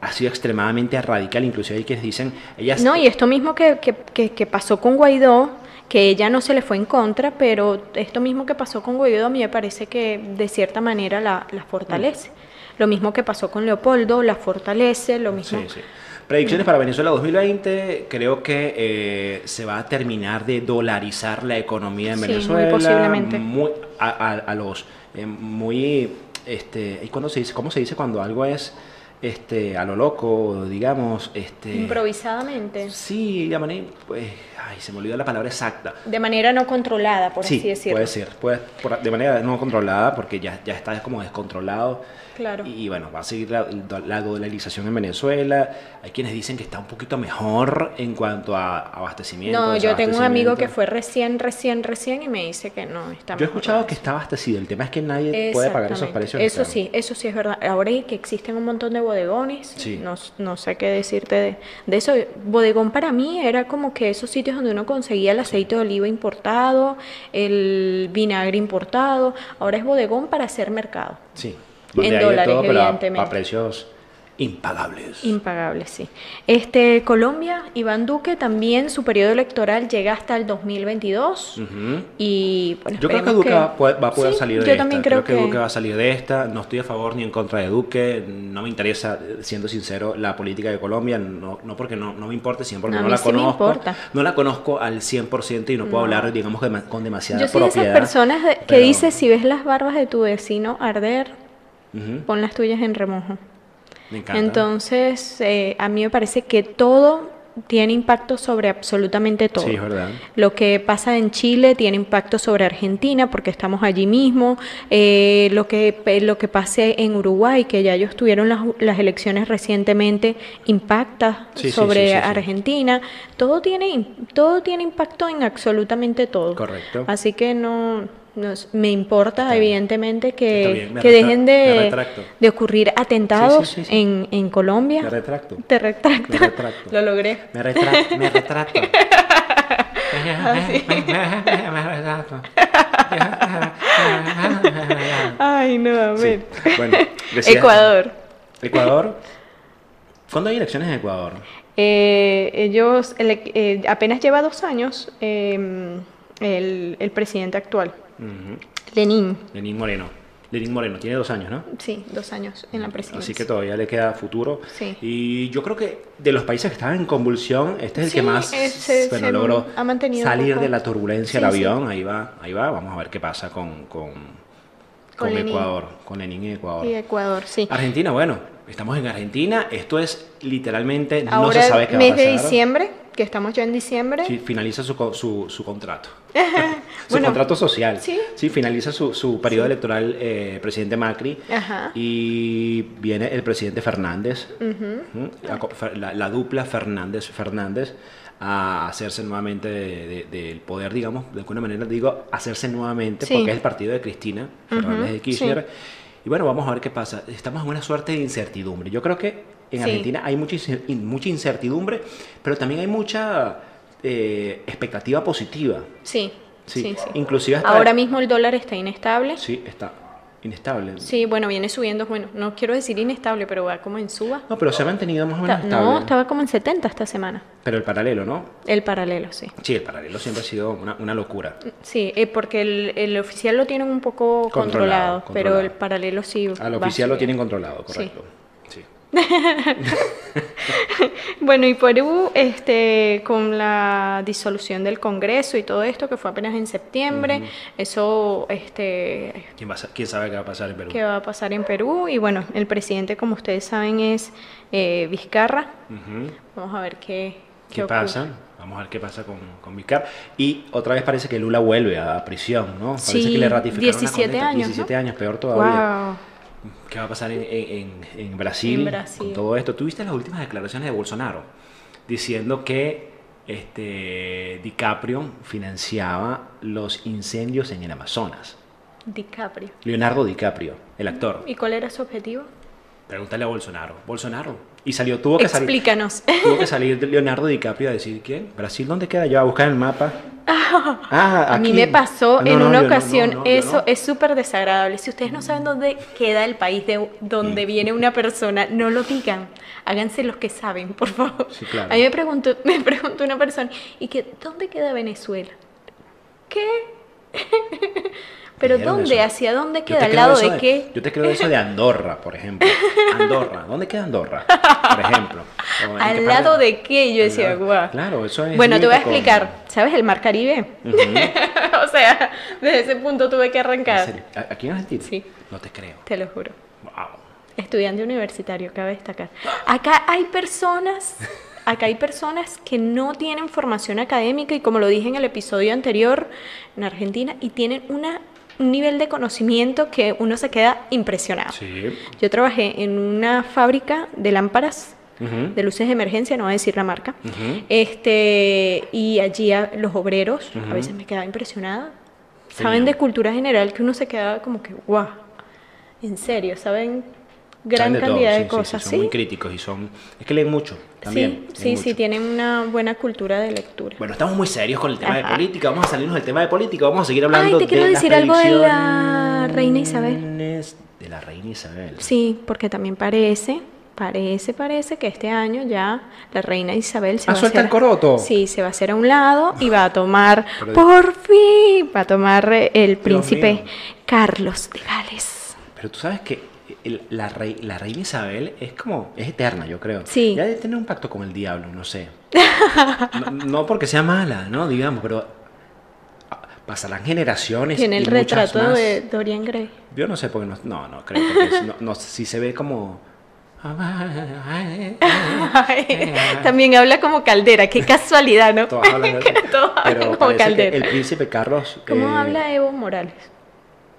[SPEAKER 1] ha sido extremadamente radical, inclusive hay quienes dicen, ella
[SPEAKER 2] No, y esto mismo que, que- que- que pasó con Guaidó, que ella no se le fue en contra, pero esto mismo que pasó con Guaidó a mí me parece que de cierta manera la, la
[SPEAKER 1] Mm.
[SPEAKER 2] fortalece. Lo mismo que pasó con Leopoldo, la fortalece, lo mismo.
[SPEAKER 1] Sí, sí. Predicciones para Venezuela 2020, creo que eh, se va a terminar de dolarizar la economía en
[SPEAKER 2] Sí, muy
[SPEAKER 1] Venezuela.
[SPEAKER 2] posiblemente.
[SPEAKER 1] muy- a, a- a los eh, muy este, ¿y cuándo se dice? ¿Cómo se dice cuando algo es este a lo loco, digamos, este
[SPEAKER 2] Improvisadamente,
[SPEAKER 1] Sí, de manera pues, ay, se me olvidó la palabra exacta.
[SPEAKER 2] de manera no controlada, por
[SPEAKER 1] sí,
[SPEAKER 2] así decirlo.
[SPEAKER 1] puede ser, puede- por- de manera no controlada porque ya ya está como descontrolado.
[SPEAKER 2] Claro.
[SPEAKER 1] Y bueno, va a seguir la, la dolarización en Venezuela. Hay quienes dicen que está un poquito mejor en cuanto a abastecimiento.
[SPEAKER 2] No, yo tengo un amigo que
[SPEAKER 1] desabastecimiento.
[SPEAKER 2] fue recién, recién, recién y me dice que no está
[SPEAKER 1] Yo he
[SPEAKER 2] mejor.
[SPEAKER 1] escuchado que está abastecido. El tema es que nadie puede pagar esos
[SPEAKER 2] Exactamente.
[SPEAKER 1] precios.
[SPEAKER 2] Eso
[SPEAKER 1] externos.
[SPEAKER 2] sí, eso sí es verdad. Ahora y que existen un montón de bodegones,
[SPEAKER 1] Sí.
[SPEAKER 2] no, s- no sé qué decirte de, de eso. Bodegón para mí era como que esos sitios donde uno conseguía el aceite de oliva importado, el vinagre importado. Ahora es bodegón para hacer mercado.
[SPEAKER 1] Sí.
[SPEAKER 2] En
[SPEAKER 1] Donde hay de
[SPEAKER 2] dólares,
[SPEAKER 1] todo, pero a- a,
[SPEAKER 2] evidentemente.
[SPEAKER 1] precios impagables.
[SPEAKER 2] Impagable, sí. Este, Colombia, Iván Duque también su periodo electoral llega hasta el 2022
[SPEAKER 1] Ujú.
[SPEAKER 2] y bueno,
[SPEAKER 1] Mm. Yo creo que
[SPEAKER 2] esperemos
[SPEAKER 1] Duque va- puede- va a poder
[SPEAKER 2] Sí,
[SPEAKER 1] salir de
[SPEAKER 2] yo
[SPEAKER 1] esta.
[SPEAKER 2] también
[SPEAKER 1] creo,
[SPEAKER 2] creo,
[SPEAKER 1] que, Duque va a salir de esta. No estoy a favor ni en contra de Duque. No me interesa, eh, siendo sincero, la política de Colombia. No, no porque no, no me importe, sino porque
[SPEAKER 2] No, a
[SPEAKER 1] no,
[SPEAKER 2] mí
[SPEAKER 1] la
[SPEAKER 2] sí me
[SPEAKER 1] conozco.
[SPEAKER 2] importa.
[SPEAKER 1] no la conozco al 100% y no puedo hablar, digamos, de ma- con demasiada
[SPEAKER 2] Yo soy de esas
[SPEAKER 1] propiedad.
[SPEAKER 2] personas de- que
[SPEAKER 1] pero-
[SPEAKER 2] dice si ves las barbas de tu vecino arder,
[SPEAKER 1] Ujú,
[SPEAKER 2] pon las tuyas en remojo.
[SPEAKER 1] me encanta.
[SPEAKER 2] Entonces, eh, a mí me parece que todo tiene impacto sobre absolutamente todo.
[SPEAKER 1] Sí, es verdad.
[SPEAKER 2] Lo que pasa en Chile tiene impacto sobre Argentina porque estamos allí mismo. Eh, lo, que, eh, lo que pase en Uruguay, que ya ellos tuvieron las, las elecciones recientemente, impacta
[SPEAKER 1] Sí, sí,
[SPEAKER 2] sobre
[SPEAKER 1] sí, sí, sí.
[SPEAKER 2] Argentina. Todo tiene, im- todo tiene impacto en absolutamente todo.
[SPEAKER 1] Correcto.
[SPEAKER 2] Así que no, no es- me importa
[SPEAKER 1] Está bien.
[SPEAKER 2] evidentemente que,
[SPEAKER 1] Está bien, me
[SPEAKER 2] que
[SPEAKER 1] retra-
[SPEAKER 2] dejen
[SPEAKER 1] me
[SPEAKER 2] de,
[SPEAKER 1] retracto.
[SPEAKER 2] de ocurrir atentados
[SPEAKER 1] Sí, sí, sí, sí.
[SPEAKER 2] En, en Colombia.
[SPEAKER 1] Me retracto.
[SPEAKER 2] Te retracta.
[SPEAKER 1] Me retracto.
[SPEAKER 2] Lo logré.
[SPEAKER 1] Me retracto. Me retracto.
[SPEAKER 2] Ay, no, a
[SPEAKER 1] Ah. Sí.
[SPEAKER 2] ver.
[SPEAKER 1] Bueno, decías-
[SPEAKER 2] Ecuador.
[SPEAKER 1] Ecuador. ¿Cuándo hay elecciones en Ecuador?
[SPEAKER 2] Eh, ellos ele- eh, apenas lleva dos años eh, el, el presidente actual,
[SPEAKER 1] Ujú.
[SPEAKER 2] Lenín.
[SPEAKER 1] Lenín Moreno. Lenín Moreno, tiene dos años, ¿no?
[SPEAKER 2] Sí, dos años en la presidencia.
[SPEAKER 1] Así que todavía le queda futuro.
[SPEAKER 2] Sí.
[SPEAKER 1] Y yo creo que de los países que estaban en convulsión, este es el
[SPEAKER 2] Sí,
[SPEAKER 1] que más
[SPEAKER 2] ese
[SPEAKER 1] bueno,
[SPEAKER 2] se
[SPEAKER 1] logró
[SPEAKER 2] ha mantenido
[SPEAKER 1] salir
[SPEAKER 2] poco.
[SPEAKER 1] de la turbulencia del
[SPEAKER 2] Sí, sí.
[SPEAKER 1] avión. Ahí va, ahí va. Vamos a ver qué pasa con, con, con
[SPEAKER 2] Lenin.
[SPEAKER 1] Ecuador, con Lenin y Ecuador.
[SPEAKER 2] Y Ecuador, sí.
[SPEAKER 1] Argentina, bueno, estamos en Argentina. Esto es literalmente, no
[SPEAKER 2] Ahora,
[SPEAKER 1] se sabe qué va a
[SPEAKER 2] mes
[SPEAKER 1] pasar.
[SPEAKER 2] de diciembre, que estamos ya en diciembre.
[SPEAKER 1] Sí, finaliza su, co- su, su contrato. su
[SPEAKER 2] Bueno,
[SPEAKER 1] contrato social.
[SPEAKER 2] sí.
[SPEAKER 1] finaliza su, su periodo electoral eh, presidente Macri.
[SPEAKER 2] Ajá.
[SPEAKER 1] Y viene el presidente Fernández. Ujú. La co- Fer- La, la dupla Fernández-Fernández a hacerse nuevamente de- de- del poder, digamos, de alguna manera digo, hacerse nuevamente,
[SPEAKER 2] Sí.
[SPEAKER 1] porque es el partido de Cristina Fernández
[SPEAKER 2] Ujú,
[SPEAKER 1] de Kirchner. Y bueno, vamos a ver qué pasa. Estamos en una suerte de incertidumbre. Yo creo que en
[SPEAKER 2] Sí.
[SPEAKER 1] Argentina hay mucha, incer- in- mucha incertidumbre, pero también hay mucha eh, expectativa positiva.
[SPEAKER 2] Sí,
[SPEAKER 1] Sí,
[SPEAKER 2] sí, sí.
[SPEAKER 1] inclusive hasta
[SPEAKER 2] Ahora mismo el dólar está inestable.
[SPEAKER 1] Sí, está inestable.
[SPEAKER 2] Sí, bueno, viene subiendo, bueno, no quiero decir inestable, pero va como en suba.
[SPEAKER 1] No, pero se ha mantenido más o menos
[SPEAKER 2] Está-
[SPEAKER 1] estable.
[SPEAKER 2] no, estaba como en 70 esta semana.
[SPEAKER 1] Pero el paralelo, ¿no?
[SPEAKER 2] El paralelo, sí.
[SPEAKER 1] Sí, el paralelo siempre ha sido una, una locura.
[SPEAKER 2] Sí, eh, porque el, el oficial lo tienen un poco
[SPEAKER 1] Controlado,
[SPEAKER 2] controlado,
[SPEAKER 1] controlado.
[SPEAKER 2] pero el paralelo sí.
[SPEAKER 1] Al
[SPEAKER 2] va
[SPEAKER 1] oficial lo
[SPEAKER 2] subiendo.
[SPEAKER 1] tienen controlado,
[SPEAKER 2] Sí.
[SPEAKER 1] correcto. Sí.
[SPEAKER 2] Bueno, y Perú, este, con la disolución del Congreso y todo esto, que fue apenas en septiembre, eso, este,
[SPEAKER 1] ¿Quién, va a sa- quién sabe qué va a pasar en Perú?
[SPEAKER 2] que va a pasar en Perú. Y bueno, el presidente, como ustedes saben, es eh, Vizcarra.
[SPEAKER 1] Ujú.
[SPEAKER 2] Vamos a ver qué,
[SPEAKER 1] ¿Qué
[SPEAKER 2] ocurre.
[SPEAKER 1] pasa? Vamos a ver qué pasa con, con Vizcarra. Y otra vez parece que Lula vuelve a prisión, ¿no? Parece
[SPEAKER 2] Sí,
[SPEAKER 1] que le ratificaron la
[SPEAKER 2] 17
[SPEAKER 1] condena.
[SPEAKER 2] años, ¿no?
[SPEAKER 1] 17 años, peor todavía.
[SPEAKER 2] Wow.
[SPEAKER 1] ¿Qué va a pasar en, en- en- en Brasil,
[SPEAKER 2] En Brasil.
[SPEAKER 1] con todo esto? ¿Tuviste las últimas declaraciones de Bolsonaro diciendo que este, DiCaprio financiaba los incendios en el Amazonas?
[SPEAKER 2] DiCaprio.
[SPEAKER 1] Leonardo DiCaprio, el actor.
[SPEAKER 2] ¿Y cuál era su objetivo?
[SPEAKER 1] Pregúntale a Bolsonaro. Bolsonaro. Y salió, tuvo que salir.
[SPEAKER 2] Explícanos.
[SPEAKER 1] Tuvo que salir Leonardo DiCaprio a decir, ¿quién? ¿Brasil dónde queda? Yo a buscar en el mapa. Ah,
[SPEAKER 2] A mí
[SPEAKER 1] aquí.
[SPEAKER 2] me pasó
[SPEAKER 1] No,
[SPEAKER 2] en
[SPEAKER 1] no,
[SPEAKER 2] una
[SPEAKER 1] yo no,
[SPEAKER 2] ocasión,
[SPEAKER 1] no, no, yo
[SPEAKER 2] eso
[SPEAKER 1] no. Mm.
[SPEAKER 2] es súper desagradable. Si ustedes no saben dónde queda el país de donde viene una persona, no lo digan. Háganse los que saben, por favor.
[SPEAKER 1] Sí, claro.
[SPEAKER 2] A mí me preguntó, me preguntó una persona, ¿y que dónde queda Venezuela? ¿Qué? ¿Pero
[SPEAKER 1] Dijeron
[SPEAKER 2] dónde?
[SPEAKER 1] eso.
[SPEAKER 2] ¿Hacia dónde
[SPEAKER 1] Yo
[SPEAKER 2] queda?
[SPEAKER 1] te
[SPEAKER 2] ¿Al
[SPEAKER 1] creo
[SPEAKER 2] lado
[SPEAKER 1] eso
[SPEAKER 2] de, qué?
[SPEAKER 1] Yo te creo eso de Andorra, por ejemplo. Andorra. ¿Dónde queda Andorra? Por ejemplo. O en qué
[SPEAKER 2] ¿Al
[SPEAKER 1] parte-
[SPEAKER 2] lado de qué? Yo
[SPEAKER 1] Al
[SPEAKER 2] decía,
[SPEAKER 1] lado-
[SPEAKER 2] guau.
[SPEAKER 1] Claro, eso es.
[SPEAKER 2] Bueno, te voy a
[SPEAKER 1] límite con-
[SPEAKER 2] explicar. ¿Sabes el Mar Caribe?
[SPEAKER 1] Ujú.
[SPEAKER 2] o sea, desde ese punto tuve que
[SPEAKER 1] ¿En
[SPEAKER 2] arrancar.
[SPEAKER 1] serio? ¿A- ¿Aquí en Argentina?
[SPEAKER 2] Sí.
[SPEAKER 1] No te creo.
[SPEAKER 2] Te lo juro.
[SPEAKER 1] Wow.
[SPEAKER 2] Estudiante universitario, cabe destacar. Acá hay personas, acá hay personas que no tienen formación académica y como lo dije en el episodio anterior, en Argentina, y tienen una, un nivel de conocimiento que uno se queda impresionado.
[SPEAKER 1] Sí.
[SPEAKER 2] Yo trabajé en una fábrica de lámparas
[SPEAKER 1] Ujú.
[SPEAKER 2] de luces de emergencia, no voy a decir la marca,
[SPEAKER 1] Ujú.
[SPEAKER 2] este, y allí a- los obreros,
[SPEAKER 1] Ujú.
[SPEAKER 2] a veces me quedaba impresionada,
[SPEAKER 1] Sí.
[SPEAKER 2] saben de cultura general que uno se quedaba como que, guau, en serio, saben gran
[SPEAKER 1] Saben de todo,
[SPEAKER 2] cantidad
[SPEAKER 1] sí,
[SPEAKER 2] de
[SPEAKER 1] sí, sí,
[SPEAKER 2] cosas,
[SPEAKER 1] son
[SPEAKER 2] ¿sí?
[SPEAKER 1] muy críticos y son. Es que leen mucho también.
[SPEAKER 2] sí, sí,
[SPEAKER 1] leen
[SPEAKER 2] sí,
[SPEAKER 1] mucho.
[SPEAKER 2] tienen una buena cultura de lectura.
[SPEAKER 1] Bueno, estamos muy serios con el tema de
[SPEAKER 2] Ajá.
[SPEAKER 1] política. Vamos a salirnos del tema de política. Vamos a seguir hablando
[SPEAKER 2] Ay, te quiero
[SPEAKER 1] de
[SPEAKER 2] decir
[SPEAKER 1] las
[SPEAKER 2] algo de la reina Isabel.
[SPEAKER 1] predicciones De la reina Isabel.
[SPEAKER 2] Sí, porque también parece, parece, parece que este año ya la reina Isabel se
[SPEAKER 1] Ah,
[SPEAKER 2] va
[SPEAKER 1] suelta
[SPEAKER 2] a hacer,
[SPEAKER 1] el coroto. Ah,
[SPEAKER 2] Sí, se va a hacer a un lado y va a tomar,
[SPEAKER 1] Pero-
[SPEAKER 2] por fin, va a tomar eh, el príncipe
[SPEAKER 1] mío.
[SPEAKER 2] Carlos de Gales.
[SPEAKER 1] Pero tú sabes que el- la, rei- la reina Isabel es como, es eterna, yo creo.
[SPEAKER 2] Sí.
[SPEAKER 1] Ya debe tener un pacto con el diablo, no sé. No, no porque sea mala, ¿no? Digamos, pero ah, pasarán generaciones.
[SPEAKER 2] Tiene
[SPEAKER 1] y
[SPEAKER 2] el
[SPEAKER 1] muchas
[SPEAKER 2] retrato
[SPEAKER 1] más.
[SPEAKER 2] de Dorian Gray.
[SPEAKER 1] Yo no sé, porque no, no, no creo. Porque es- no, no, si se ve como... Eh.
[SPEAKER 2] También habla como Caldera, qué casualidad, ¿no?
[SPEAKER 1] Todas hablan de-
[SPEAKER 2] Todos hablan
[SPEAKER 1] pero
[SPEAKER 2] como
[SPEAKER 1] parece que
[SPEAKER 2] Caldera.
[SPEAKER 1] el príncipe Carlos...
[SPEAKER 2] ¿Cómo
[SPEAKER 1] eh,
[SPEAKER 2] habla Evo Morales?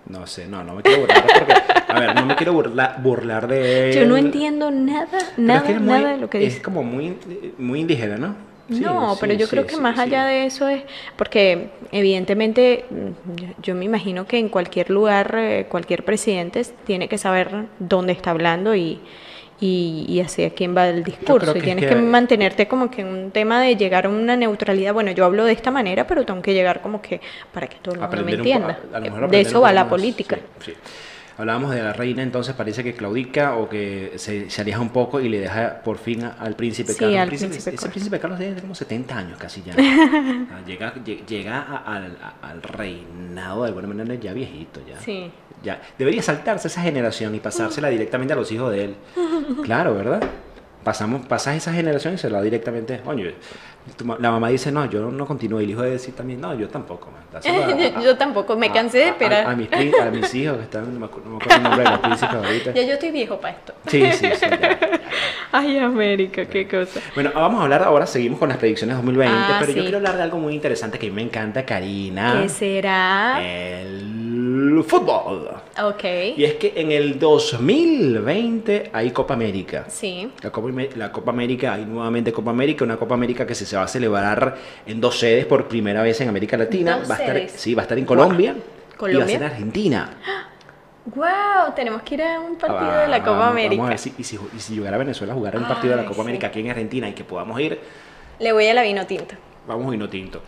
[SPEAKER 1] No sé, no, no me quiero burlar porque... A ver, no me quiero burla- burlar de él.
[SPEAKER 2] Yo no entiendo nada,
[SPEAKER 1] Pero es
[SPEAKER 2] nada,
[SPEAKER 1] que es muy-
[SPEAKER 2] nada de lo que dice.
[SPEAKER 1] Es como muy, muy indígena, ¿no? Sí,
[SPEAKER 2] no, pero
[SPEAKER 1] sí,
[SPEAKER 2] yo
[SPEAKER 1] sí,
[SPEAKER 2] creo que
[SPEAKER 1] sí,
[SPEAKER 2] más
[SPEAKER 1] sí.
[SPEAKER 2] allá de eso es, porque evidentemente mm, yo, yo me imagino que en cualquier lugar, eh, cualquier presidente s- tiene que saber dónde está hablando y, y, y hacia quién va el discurso.
[SPEAKER 1] que
[SPEAKER 2] Y
[SPEAKER 1] es
[SPEAKER 2] tienes
[SPEAKER 1] que-
[SPEAKER 2] que mantenerte como que en un tema de llegar a una neutralidad. Bueno, yo hablo de esta manera, pero tengo que llegar como que para que todo el mundo me
[SPEAKER 1] Aprender un
[SPEAKER 2] entienda.
[SPEAKER 1] po- a- a lo
[SPEAKER 2] Eh,
[SPEAKER 1] mejor
[SPEAKER 2] de
[SPEAKER 1] aprender
[SPEAKER 2] eso
[SPEAKER 1] un
[SPEAKER 2] va
[SPEAKER 1] poco
[SPEAKER 2] la
[SPEAKER 1] más,
[SPEAKER 2] política.
[SPEAKER 1] sí, sí. Hablábamos de la reina, entonces parece que claudica o que se, se aleja un poco y le deja por fin a- al príncipe
[SPEAKER 2] Sí,
[SPEAKER 1] Carlos. El
[SPEAKER 2] al
[SPEAKER 1] príncipe-
[SPEAKER 2] príncipe
[SPEAKER 1] ese
[SPEAKER 2] Carlos.
[SPEAKER 1] príncipe Carlos tiene como 70 años casi ya. Ah, llega lle- llega a- al, a- al reinado de alguna manera ya viejito ya.
[SPEAKER 2] Sí.
[SPEAKER 1] Ya, debería saltarse esa generación y pasársela directamente a los hijos de él. Claro, ¿verdad? Pasamos, pasas esa generación y se la da directamente. Coño, tu ma- la mamá dice, no, yo no continúo. Y el hijo debe decir también, no, yo tampoco. man. Dáselo a- a-
[SPEAKER 2] yo tampoco, me
[SPEAKER 1] a-
[SPEAKER 2] cansé de
[SPEAKER 1] a- a-
[SPEAKER 2] esperar.
[SPEAKER 1] A, mis, pri- a mis hijos que están, no me acu- no me acuerdo el nombre de los príncipes ahorita.
[SPEAKER 2] Ya yo estoy viejo para esto.
[SPEAKER 1] Sí, sí, sí. ya.
[SPEAKER 2] Ay, América, qué cosa.
[SPEAKER 1] Bueno, ah, vamos a hablar ahora, seguimos con las predicciones 2020,
[SPEAKER 2] Ah,
[SPEAKER 1] pero yo
[SPEAKER 2] sí.
[SPEAKER 1] quiero hablar de algo muy interesante que a mí me encanta, Karina.
[SPEAKER 2] ¿Qué será?
[SPEAKER 1] El fútbol.
[SPEAKER 2] Ok.
[SPEAKER 1] Eh. Y es que en el 2020 hay Copa América.
[SPEAKER 2] Sí.
[SPEAKER 1] La Copa, la Copa América, hay nuevamente Copa América, una Copa América que se, se va a celebrar en dos sedes por primera vez en América Latina.
[SPEAKER 2] Dos
[SPEAKER 1] va a estar,
[SPEAKER 2] sedes.
[SPEAKER 1] sí, va a estar en Colombia, y va a
[SPEAKER 2] ¿Colombia?
[SPEAKER 1] ser en Argentina.
[SPEAKER 2] Wow, tenemos que ir a un partido
[SPEAKER 1] Ah,
[SPEAKER 2] de la Copa
[SPEAKER 1] vamos
[SPEAKER 2] América.
[SPEAKER 1] a ver si- y, si, y si llegara a Venezuela a jugar un partido de la
[SPEAKER 2] Ay,
[SPEAKER 1] Copa
[SPEAKER 2] sí.
[SPEAKER 1] América aquí en Argentina y que podamos ir,
[SPEAKER 2] Le voy a la vino tinto.
[SPEAKER 1] vamos vino tinto.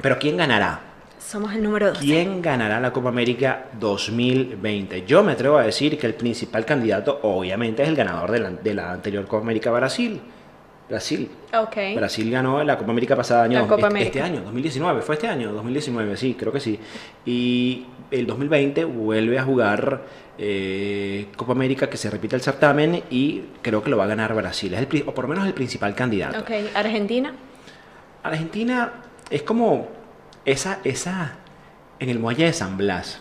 [SPEAKER 1] Pero ¿quién ganará?
[SPEAKER 2] Somos el número dos.
[SPEAKER 1] ¿Quién ganará la Copa América 2020? Yo me atrevo a decir que el principal candidato, obviamente, es el ganador de la, de la anterior Copa América Brasil. Brasil.
[SPEAKER 2] Ok.
[SPEAKER 1] Brasil ganó la Copa América pasada año,
[SPEAKER 2] La
[SPEAKER 1] dos-
[SPEAKER 2] Copa
[SPEAKER 1] este-
[SPEAKER 2] América.
[SPEAKER 1] este año, 2019, fue este año, 2019, sí, creo que sí. Y el 2020 vuelve a jugar eh, Copa América que se repite el certamen y creo que lo va a ganar Brasil, es el pri- o por lo menos el principal candidato.
[SPEAKER 2] Ok, Argentina.
[SPEAKER 1] Argentina es como esa, esa, en el muelle de San Blas,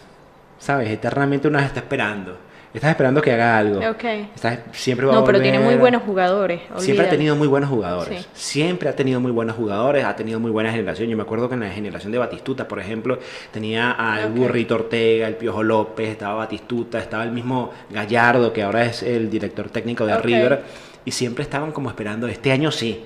[SPEAKER 1] ¿sabes? Eternamente uno está esperando, estás esperando que haga algo.
[SPEAKER 2] Ok.
[SPEAKER 1] Estás- siempre va a
[SPEAKER 2] No, pero tiene muy
[SPEAKER 1] volver.
[SPEAKER 2] buenos jugadores.
[SPEAKER 1] Siempre ha
[SPEAKER 2] olvídalo.
[SPEAKER 1] tenido muy buenos jugadores.
[SPEAKER 2] Sí.
[SPEAKER 1] Siempre ha tenido muy buenos jugadores, ha tenido muy buena generación. Yo me acuerdo que en la generación de Batistuta, por ejemplo, tenía al
[SPEAKER 2] Ok.
[SPEAKER 1] Burrito Ortega, el Piojo López, estaba Batistuta, estaba el mismo Gallardo, que ahora es el director técnico de
[SPEAKER 2] Ok.
[SPEAKER 1] River. Y siempre estaban como esperando, este año sí.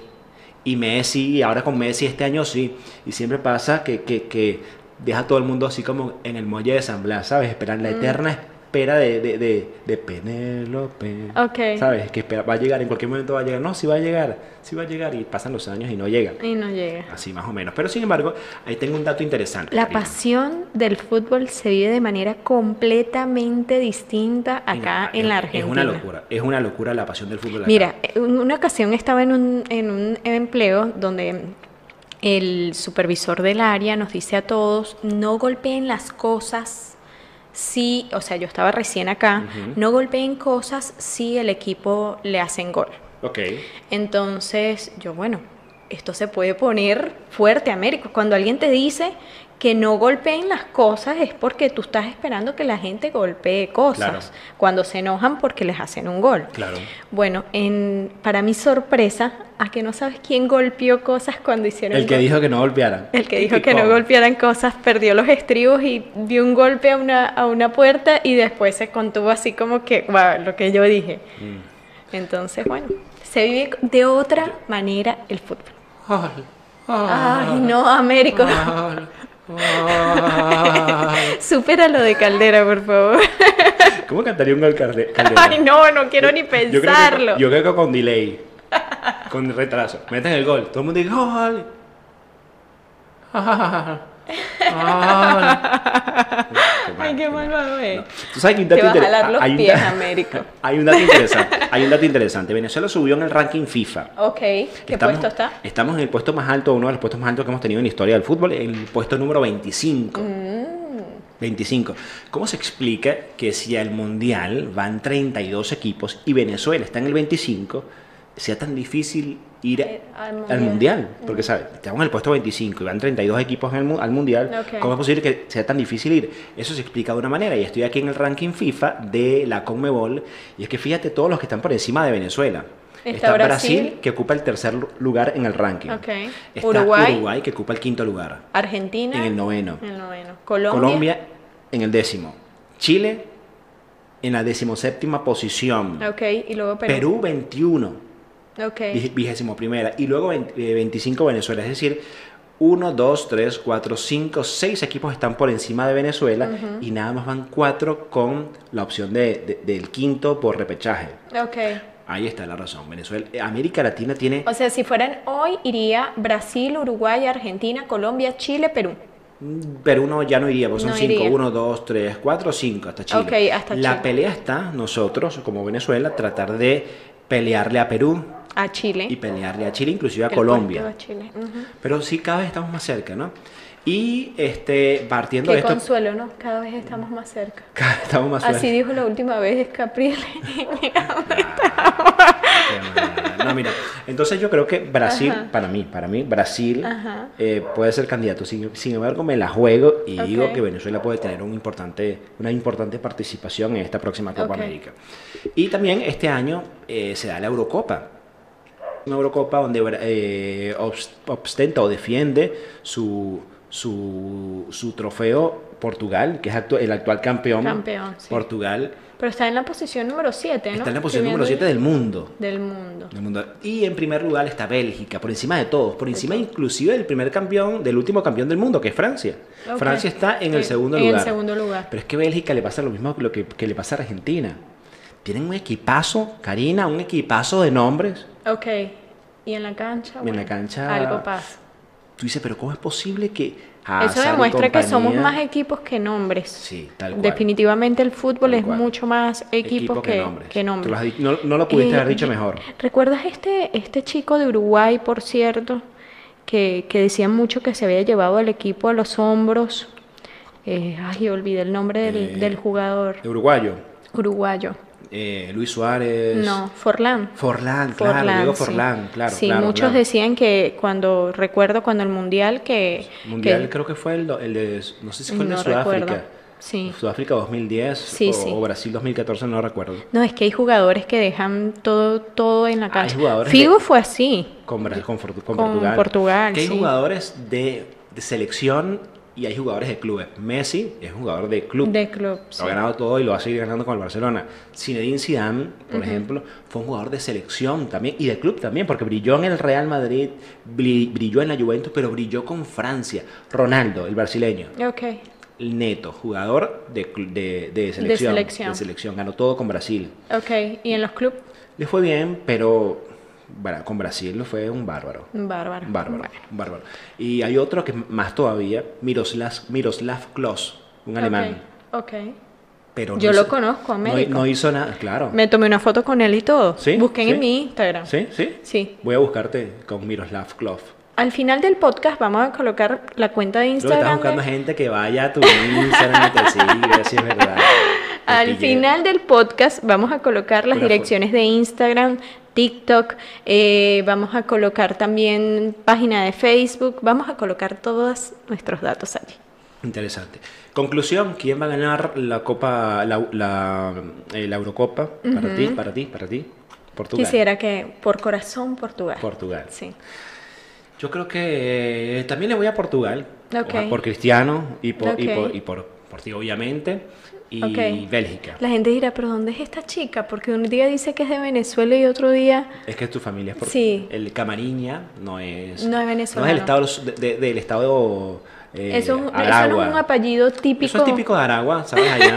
[SPEAKER 1] Y Messi, y ahora con Messi, este año sí. Y siempre
[SPEAKER 2] Mm.
[SPEAKER 1] pasa que, que, que deja a todo el mundo así como en el muelle de San Blas, ¿sabes? Esperan la eterna espera de, de, de, de Penélope.
[SPEAKER 2] Ok.
[SPEAKER 1] ¿Sabes? Que espera- va a llegar, en cualquier momento va a llegar. No, sí va a llegar, sí va a llegar. Y pasan los años y no llega.
[SPEAKER 2] Y no llega.
[SPEAKER 1] Así más o menos. Pero sin embargo, ahí tengo un dato interesante.
[SPEAKER 2] La
[SPEAKER 1] Karina.
[SPEAKER 2] pasión del fútbol se vive de manera completamente distinta acá
[SPEAKER 1] Es-
[SPEAKER 2] en la
[SPEAKER 1] Es
[SPEAKER 2] Argentina.
[SPEAKER 1] una locura, es una locura la pasión del fútbol. acá.
[SPEAKER 2] Mira, en una ocasión estaba en un, en un empleo donde el supervisor del área nos dice a todos, no golpeen las cosas si, o sea, yo estaba recién acá,
[SPEAKER 1] Ujú.
[SPEAKER 2] no golpeen cosas si el equipo le hacen gol.
[SPEAKER 1] Ok.
[SPEAKER 2] Entonces, yo, bueno, esto se puede poner fuerte, Américo. Cuando alguien te dice que no golpeen las cosas es porque tú estás esperando que la gente golpee cosas. Cuando se enojan porque les hacen un gol.
[SPEAKER 1] Claro.
[SPEAKER 2] Bueno, en, para mi sorpresa, a que no sabes quién golpeó cosas cuando hicieron
[SPEAKER 1] El que
[SPEAKER 2] gol?
[SPEAKER 1] dijo que no golpearan.
[SPEAKER 2] El que
[SPEAKER 1] ¿Y
[SPEAKER 2] dijo que no
[SPEAKER 1] cómo?
[SPEAKER 2] golpearan cosas perdió los estribos y dio un golpe a una, a una puerta y después se contuvo así como que, wow, lo que yo dije.
[SPEAKER 1] Mm.
[SPEAKER 2] Entonces, bueno, se vive de otra manera el fútbol.
[SPEAKER 3] Gol. Gol.
[SPEAKER 2] Ay, no, Américo.
[SPEAKER 3] Gol. Gol.
[SPEAKER 2] Supera lo de Caldera, por favor.
[SPEAKER 1] ¿Cómo cantaría un gol Calde- Caldera?
[SPEAKER 2] Ay, no, no quiero ni
[SPEAKER 1] Yo creo que-
[SPEAKER 2] pensarlo.
[SPEAKER 1] Yo creo que con delay. Con retraso. Meten el gol. Todo el mundo dice "Oh, Ah, gol.
[SPEAKER 3] Gol.
[SPEAKER 2] Ay, qué malvado es.
[SPEAKER 1] Tú sabes que hay un
[SPEAKER 2] Te
[SPEAKER 1] dato
[SPEAKER 2] va a
[SPEAKER 1] inter-
[SPEAKER 2] jalar los
[SPEAKER 1] Ah, hay un
[SPEAKER 2] pies,
[SPEAKER 1] da-
[SPEAKER 2] Américo.
[SPEAKER 1] Hay un dato interesante. Hay un dato interesante. Venezuela subió en el ranking FIFA.
[SPEAKER 2] Ok, ¿qué
[SPEAKER 1] Estamos-
[SPEAKER 2] puesto está?
[SPEAKER 1] Estamos en el puesto más alto, uno de los puestos más altos que hemos tenido en la historia del fútbol, el puesto número 25.
[SPEAKER 2] Mm.
[SPEAKER 1] 25. ¿Cómo se explica que si al Mundial van 32 equipos y Venezuela está en el 25, sea tan difícil ir
[SPEAKER 2] Eh, al
[SPEAKER 1] al,
[SPEAKER 2] Mundial. Mm.
[SPEAKER 1] mundial? Porque, ¿sabes? Estamos en el puesto 25 y van 32 equipos en el mu- al Mundial.
[SPEAKER 2] Ok.
[SPEAKER 1] ¿Cómo es posible que sea tan difícil ir? Eso se explica de una manera y estoy aquí en el ranking FIFA de la CONMEBOL y es que fíjate todos los que están por encima de Venezuela.
[SPEAKER 2] Está Brasil.
[SPEAKER 1] que ocupa el tercer lu- lugar en el ranking.
[SPEAKER 2] Ok.
[SPEAKER 1] Está
[SPEAKER 2] Uruguay.
[SPEAKER 1] Uruguay. que ocupa el quinto lugar.
[SPEAKER 2] Argentina.
[SPEAKER 1] En el noveno.
[SPEAKER 2] En el noveno. Colombia.
[SPEAKER 1] Colombia en el décimo. Chile en la decimoséptima posición.
[SPEAKER 2] Ok, y luego Perú.
[SPEAKER 1] Perú 21,
[SPEAKER 2] Ok.
[SPEAKER 1] vi- vigésimo primera. Y luego 20 eh, 25 Venezuela. Es decir, 1, 2, 3, 4, 5, 6 equipos están por encima de Venezuela y nada más van 4 con la opción de- de- del quinto por repechaje.
[SPEAKER 2] Ok.
[SPEAKER 1] Ahí está la razón. Venezuela, eh, América Latina tiene...
[SPEAKER 2] O sea, si fueran hoy, iría Brasil, Uruguay, Argentina, Colombia, Chile, Perú.
[SPEAKER 1] Pero uno ya no iría, porque son
[SPEAKER 2] No
[SPEAKER 1] 5,
[SPEAKER 2] iría.
[SPEAKER 1] 1, 2, 3, 4, 5 hasta Chile.
[SPEAKER 2] Ok, hasta
[SPEAKER 1] la
[SPEAKER 2] Chile.
[SPEAKER 1] pelea está, nosotros como Venezuela, tratar de pelearle a Perú
[SPEAKER 2] A Chile.
[SPEAKER 1] y pelearle a Chile, inclusive a
[SPEAKER 2] Eh. El puerto
[SPEAKER 1] Colombia.
[SPEAKER 2] de Chile. Ujú.
[SPEAKER 1] Pero sí, cada vez estamos más cerca, ¿no? Y este, partiendo
[SPEAKER 2] Qué
[SPEAKER 1] de esto,
[SPEAKER 2] consuelo, ¿no? Cada vez estamos más cerca.
[SPEAKER 1] cada vez estamos más
[SPEAKER 2] Así
[SPEAKER 1] cerca.
[SPEAKER 2] dijo la última vez Caprile.
[SPEAKER 1] No, mira, entonces yo creo que Brasil,
[SPEAKER 2] Ajá.
[SPEAKER 1] para mí, para mí, Brasil
[SPEAKER 2] Ajá.
[SPEAKER 1] eh, puede ser candidato. Sin, sin embargo, me la juego y
[SPEAKER 2] Ok.
[SPEAKER 1] digo que Venezuela puede tener un importante, una importante participación en esta próxima Copa
[SPEAKER 2] Ok.
[SPEAKER 1] América. Y también este año eh, se da la Eurocopa. Una Eurocopa donde Bra- eh, obs- ostenta o defiende su, su, su trofeo Portugal, que es actu- el actual campeón.
[SPEAKER 2] Campeón, sí.
[SPEAKER 1] Portugal
[SPEAKER 2] Pero está en la posición número 7, ¿no?
[SPEAKER 1] está en la
[SPEAKER 2] Estoy
[SPEAKER 1] posición número
[SPEAKER 2] viendo
[SPEAKER 1] 7 del mundo.
[SPEAKER 2] del mundo.
[SPEAKER 1] Del mundo. Y en primer lugar está Bélgica, por encima de todos, por encima inclusive del primer campeón, del último campeón del mundo, que es Francia.
[SPEAKER 2] Ok.
[SPEAKER 1] Francia está en el
[SPEAKER 2] Sí,
[SPEAKER 1] segundo
[SPEAKER 2] en el
[SPEAKER 1] lugar.
[SPEAKER 2] segundo lugar.
[SPEAKER 1] Pero es que Bélgica le pasa lo mismo que, lo que, que le pasa a Argentina. Tienen un equipazo, Karina, un equipazo de nombres.
[SPEAKER 2] Ok. Y en la cancha.
[SPEAKER 1] En la cancha-
[SPEAKER 2] Algo pasa.
[SPEAKER 1] Tú dices, pero ¿cómo es posible que...
[SPEAKER 2] Eso
[SPEAKER 1] Hazard y
[SPEAKER 2] demuestra que somos
[SPEAKER 1] compañía-
[SPEAKER 2] más equipos que nombres.
[SPEAKER 1] Sí, tal cual.
[SPEAKER 2] Definitivamente el fútbol
[SPEAKER 1] Tal
[SPEAKER 2] es
[SPEAKER 1] cual.
[SPEAKER 2] mucho más equipos
[SPEAKER 1] Equipo
[SPEAKER 2] que, que
[SPEAKER 1] Tú lo has
[SPEAKER 2] nombres.
[SPEAKER 1] di- no, no lo pudiste
[SPEAKER 2] Eh,
[SPEAKER 1] haber dicho mejor.
[SPEAKER 2] ¿Recuerdas este, este chico de Uruguay, por cierto, que, que decían mucho que se había llevado el equipo a los hombros? Eh, ay, olvidé el nombre del,
[SPEAKER 1] Eh,
[SPEAKER 2] del jugador
[SPEAKER 1] Uruguayo,
[SPEAKER 2] uruguayo.
[SPEAKER 1] eh, Luis Suárez.
[SPEAKER 2] No, Forlán.
[SPEAKER 1] Forlán, claro, Diego
[SPEAKER 2] sí.
[SPEAKER 1] Forlán, claro.
[SPEAKER 2] Sí,
[SPEAKER 1] claro,
[SPEAKER 2] muchos
[SPEAKER 1] claro.
[SPEAKER 2] decían que cuando, recuerdo cuando el Mundial, que...
[SPEAKER 1] Mundial
[SPEAKER 2] que-
[SPEAKER 1] creo que fue el, do- el de, no sé si fue el de
[SPEAKER 2] No
[SPEAKER 1] Sudáfrica.
[SPEAKER 2] recuerdo. Sí.
[SPEAKER 1] Sudáfrica 2010
[SPEAKER 2] Sí,
[SPEAKER 1] o,
[SPEAKER 2] sí.
[SPEAKER 1] o Brasil 2014, no recuerdo.
[SPEAKER 2] No, es que hay jugadores que dejan todo, todo en la
[SPEAKER 1] Ah, hay
[SPEAKER 2] cancha.
[SPEAKER 1] jugadores
[SPEAKER 2] Figo
[SPEAKER 1] de-
[SPEAKER 2] fue así.
[SPEAKER 1] Con, Bra- con, Fortu- con
[SPEAKER 2] Con
[SPEAKER 1] Portugal.
[SPEAKER 2] Portugal,
[SPEAKER 1] Que hay
[SPEAKER 2] sí.
[SPEAKER 1] jugadores de, de selección y hay jugadores de clubes. Messi es jugador de club.
[SPEAKER 2] De club. sí.
[SPEAKER 1] Lo ha ganado todo y lo va a seguir ganando con el Barcelona. Zinedine Zidane, por ejemplo, fue un jugador de selección también y de club también, porque brilló en el Real Madrid, bri- brilló en la Juventus, pero brilló con Francia. Ronaldo, el brasileño.
[SPEAKER 2] Ok.
[SPEAKER 1] neto, jugador de, cl- de- de selección,
[SPEAKER 2] selección.
[SPEAKER 1] de selección. Ganó todo con Brasil.
[SPEAKER 2] Ok, ¿y en los clubes?
[SPEAKER 1] Le fue bien, pero bra- con Brasil le fue un bárbaro.
[SPEAKER 2] Bárbaro.
[SPEAKER 1] Bárbaro, bárbaro. Y hay otro que más todavía, Miroslav, Miroslav Klos, un alemán.
[SPEAKER 2] Ok. ok.
[SPEAKER 1] Pero no
[SPEAKER 2] Yo lo
[SPEAKER 1] hizo-
[SPEAKER 2] conozco,
[SPEAKER 1] no hi-
[SPEAKER 2] Américo.
[SPEAKER 1] No, hizo nada, claro.
[SPEAKER 2] Me tomé una foto con él y todo.
[SPEAKER 1] ¿Sí?
[SPEAKER 2] Busquen
[SPEAKER 1] ¿Sí?
[SPEAKER 2] en mi Instagram.
[SPEAKER 1] ¿Sí? ¿Sí?
[SPEAKER 2] Sí.
[SPEAKER 1] Voy a buscarte con Miroslav Klos.
[SPEAKER 2] Al final del podcast vamos a colocar la cuenta de
[SPEAKER 1] Lo que estás
[SPEAKER 2] Instagram. de-
[SPEAKER 1] buscando gente que vaya a tu Instagram y te siga, si es verdad. Te
[SPEAKER 2] Al
[SPEAKER 1] pillé.
[SPEAKER 2] final del podcast vamos a colocar las
[SPEAKER 1] Una foto.
[SPEAKER 2] direcciones de Instagram, TikTok, eh, vamos a colocar también página de Facebook, vamos a colocar todos nuestros datos allí.
[SPEAKER 1] Interesante. Conclusión, ¿quién va a ganar la Copa, la, la, eh, la Eurocopa? Para ti, para ti, para ti. Portugal.
[SPEAKER 2] Quisiera que por corazón Portugal.
[SPEAKER 1] Portugal.
[SPEAKER 2] Sí.
[SPEAKER 1] Yo creo que eh, también le voy a Portugal.
[SPEAKER 2] Ok.
[SPEAKER 1] Oja- Por Cristiano y por, y
[SPEAKER 2] Ok.
[SPEAKER 1] por, y por, por ti, obviamente. Y
[SPEAKER 2] Ok.
[SPEAKER 1] Bélgica.
[SPEAKER 2] La gente dirá, pero ¿dónde es esta chica? Porque un día dice que es de Venezuela y otro día...
[SPEAKER 1] Es que tu familia es por...
[SPEAKER 2] Sí.
[SPEAKER 1] El Camariña no es...
[SPEAKER 2] No es venezolano.
[SPEAKER 1] No es el estado de- de- del estado eh,
[SPEAKER 2] eso, es un- eso no
[SPEAKER 1] Aragua.
[SPEAKER 2] es un apellido
[SPEAKER 1] Eso es típico de Aragua, ¿sabes? Allá en,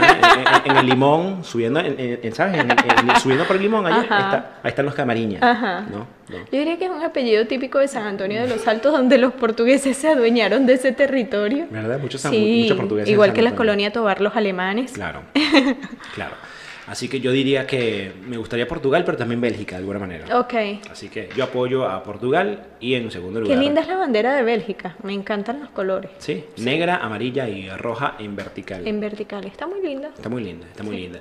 [SPEAKER 1] en- en el limón, subiendo, en- en- en- ¿sabes? En- en- subiendo por el limón, allá
[SPEAKER 2] Ajá.
[SPEAKER 1] está- ahí están los camariñas.
[SPEAKER 2] Ajá.
[SPEAKER 1] ¿no? No.
[SPEAKER 2] Yo diría que es un apellido típico de San Antonio de los Altos, donde los portugueses se adueñaron de ese territorio.
[SPEAKER 1] ¿Verdad? Muchos, san-
[SPEAKER 2] Sí,
[SPEAKER 1] muchos portugueses. en
[SPEAKER 2] igual
[SPEAKER 1] San
[SPEAKER 2] que la
[SPEAKER 1] Antonio.
[SPEAKER 2] colonia Tobar, los alemanes.
[SPEAKER 1] Claro, claro. Así que yo diría que me gustaría Portugal, pero también Bélgica, de alguna manera.
[SPEAKER 2] Ok. Qué
[SPEAKER 1] Así que yo apoyo a Portugal y en segundo lugar.
[SPEAKER 2] linda es la bandera de Bélgica. Me encantan los colores.
[SPEAKER 1] Sí, negra, amarilla y roja en vertical.
[SPEAKER 2] En vertical. Está muy linda.
[SPEAKER 1] Está muy linda, está muy linda.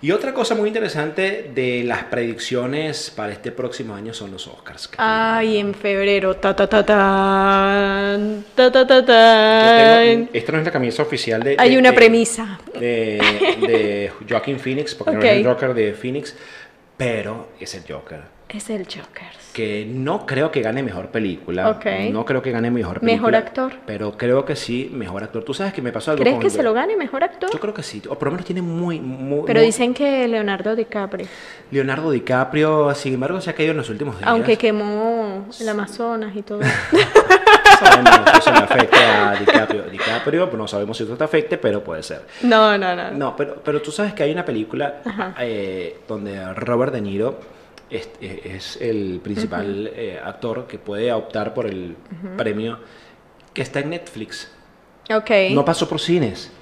[SPEAKER 1] Y otra cosa muy interesante de las predicciones para este próximo año son los Oscars.
[SPEAKER 2] Ay, en febrero. Ta ta ta tan, ta. Ta ta
[SPEAKER 1] Yo eh,
[SPEAKER 2] tan.
[SPEAKER 1] tengo- esta no es la camisa oficial de.
[SPEAKER 2] Hay
[SPEAKER 1] de-
[SPEAKER 2] una
[SPEAKER 1] de-
[SPEAKER 2] premisa.
[SPEAKER 1] De, de Joaquin Phoenix, porque
[SPEAKER 2] Ok.
[SPEAKER 1] no es el Joker de Phoenix, pero es el Joker.
[SPEAKER 2] Es el Joker.
[SPEAKER 1] Que no creo que gane mejor película.
[SPEAKER 2] Ok.
[SPEAKER 1] No creo que gane mejor película.
[SPEAKER 2] Mejor actor.
[SPEAKER 1] Pero creo que sí, mejor actor. Tú sabes que me pasó algo
[SPEAKER 2] ¿Crees
[SPEAKER 1] con
[SPEAKER 2] que
[SPEAKER 1] el-
[SPEAKER 2] se lo gane mejor
[SPEAKER 1] Yo
[SPEAKER 2] actor?
[SPEAKER 1] creo que sí. O por lo menos tiene muy. muy
[SPEAKER 2] Pero
[SPEAKER 1] muy-
[SPEAKER 2] dicen que Leonardo DiCaprio,
[SPEAKER 1] Leonardo DiCaprio, sin embargo, se ha caído en los últimos días.
[SPEAKER 2] aunque quemó el Amazonas y todo.
[SPEAKER 1] sabemos que eso le afecta a DiCaprio. DiCaprio, pues no sabemos si esto te afecte, pero puede ser.
[SPEAKER 2] No, no, no.
[SPEAKER 1] No, pero, pero tú sabes que hay una película
[SPEAKER 2] Ajá.
[SPEAKER 1] eh, donde Robert De Niro es, es- es el principal eh, actor que puede optar por el premio que está en Netflix.
[SPEAKER 2] Ok.
[SPEAKER 1] No pasó por cines.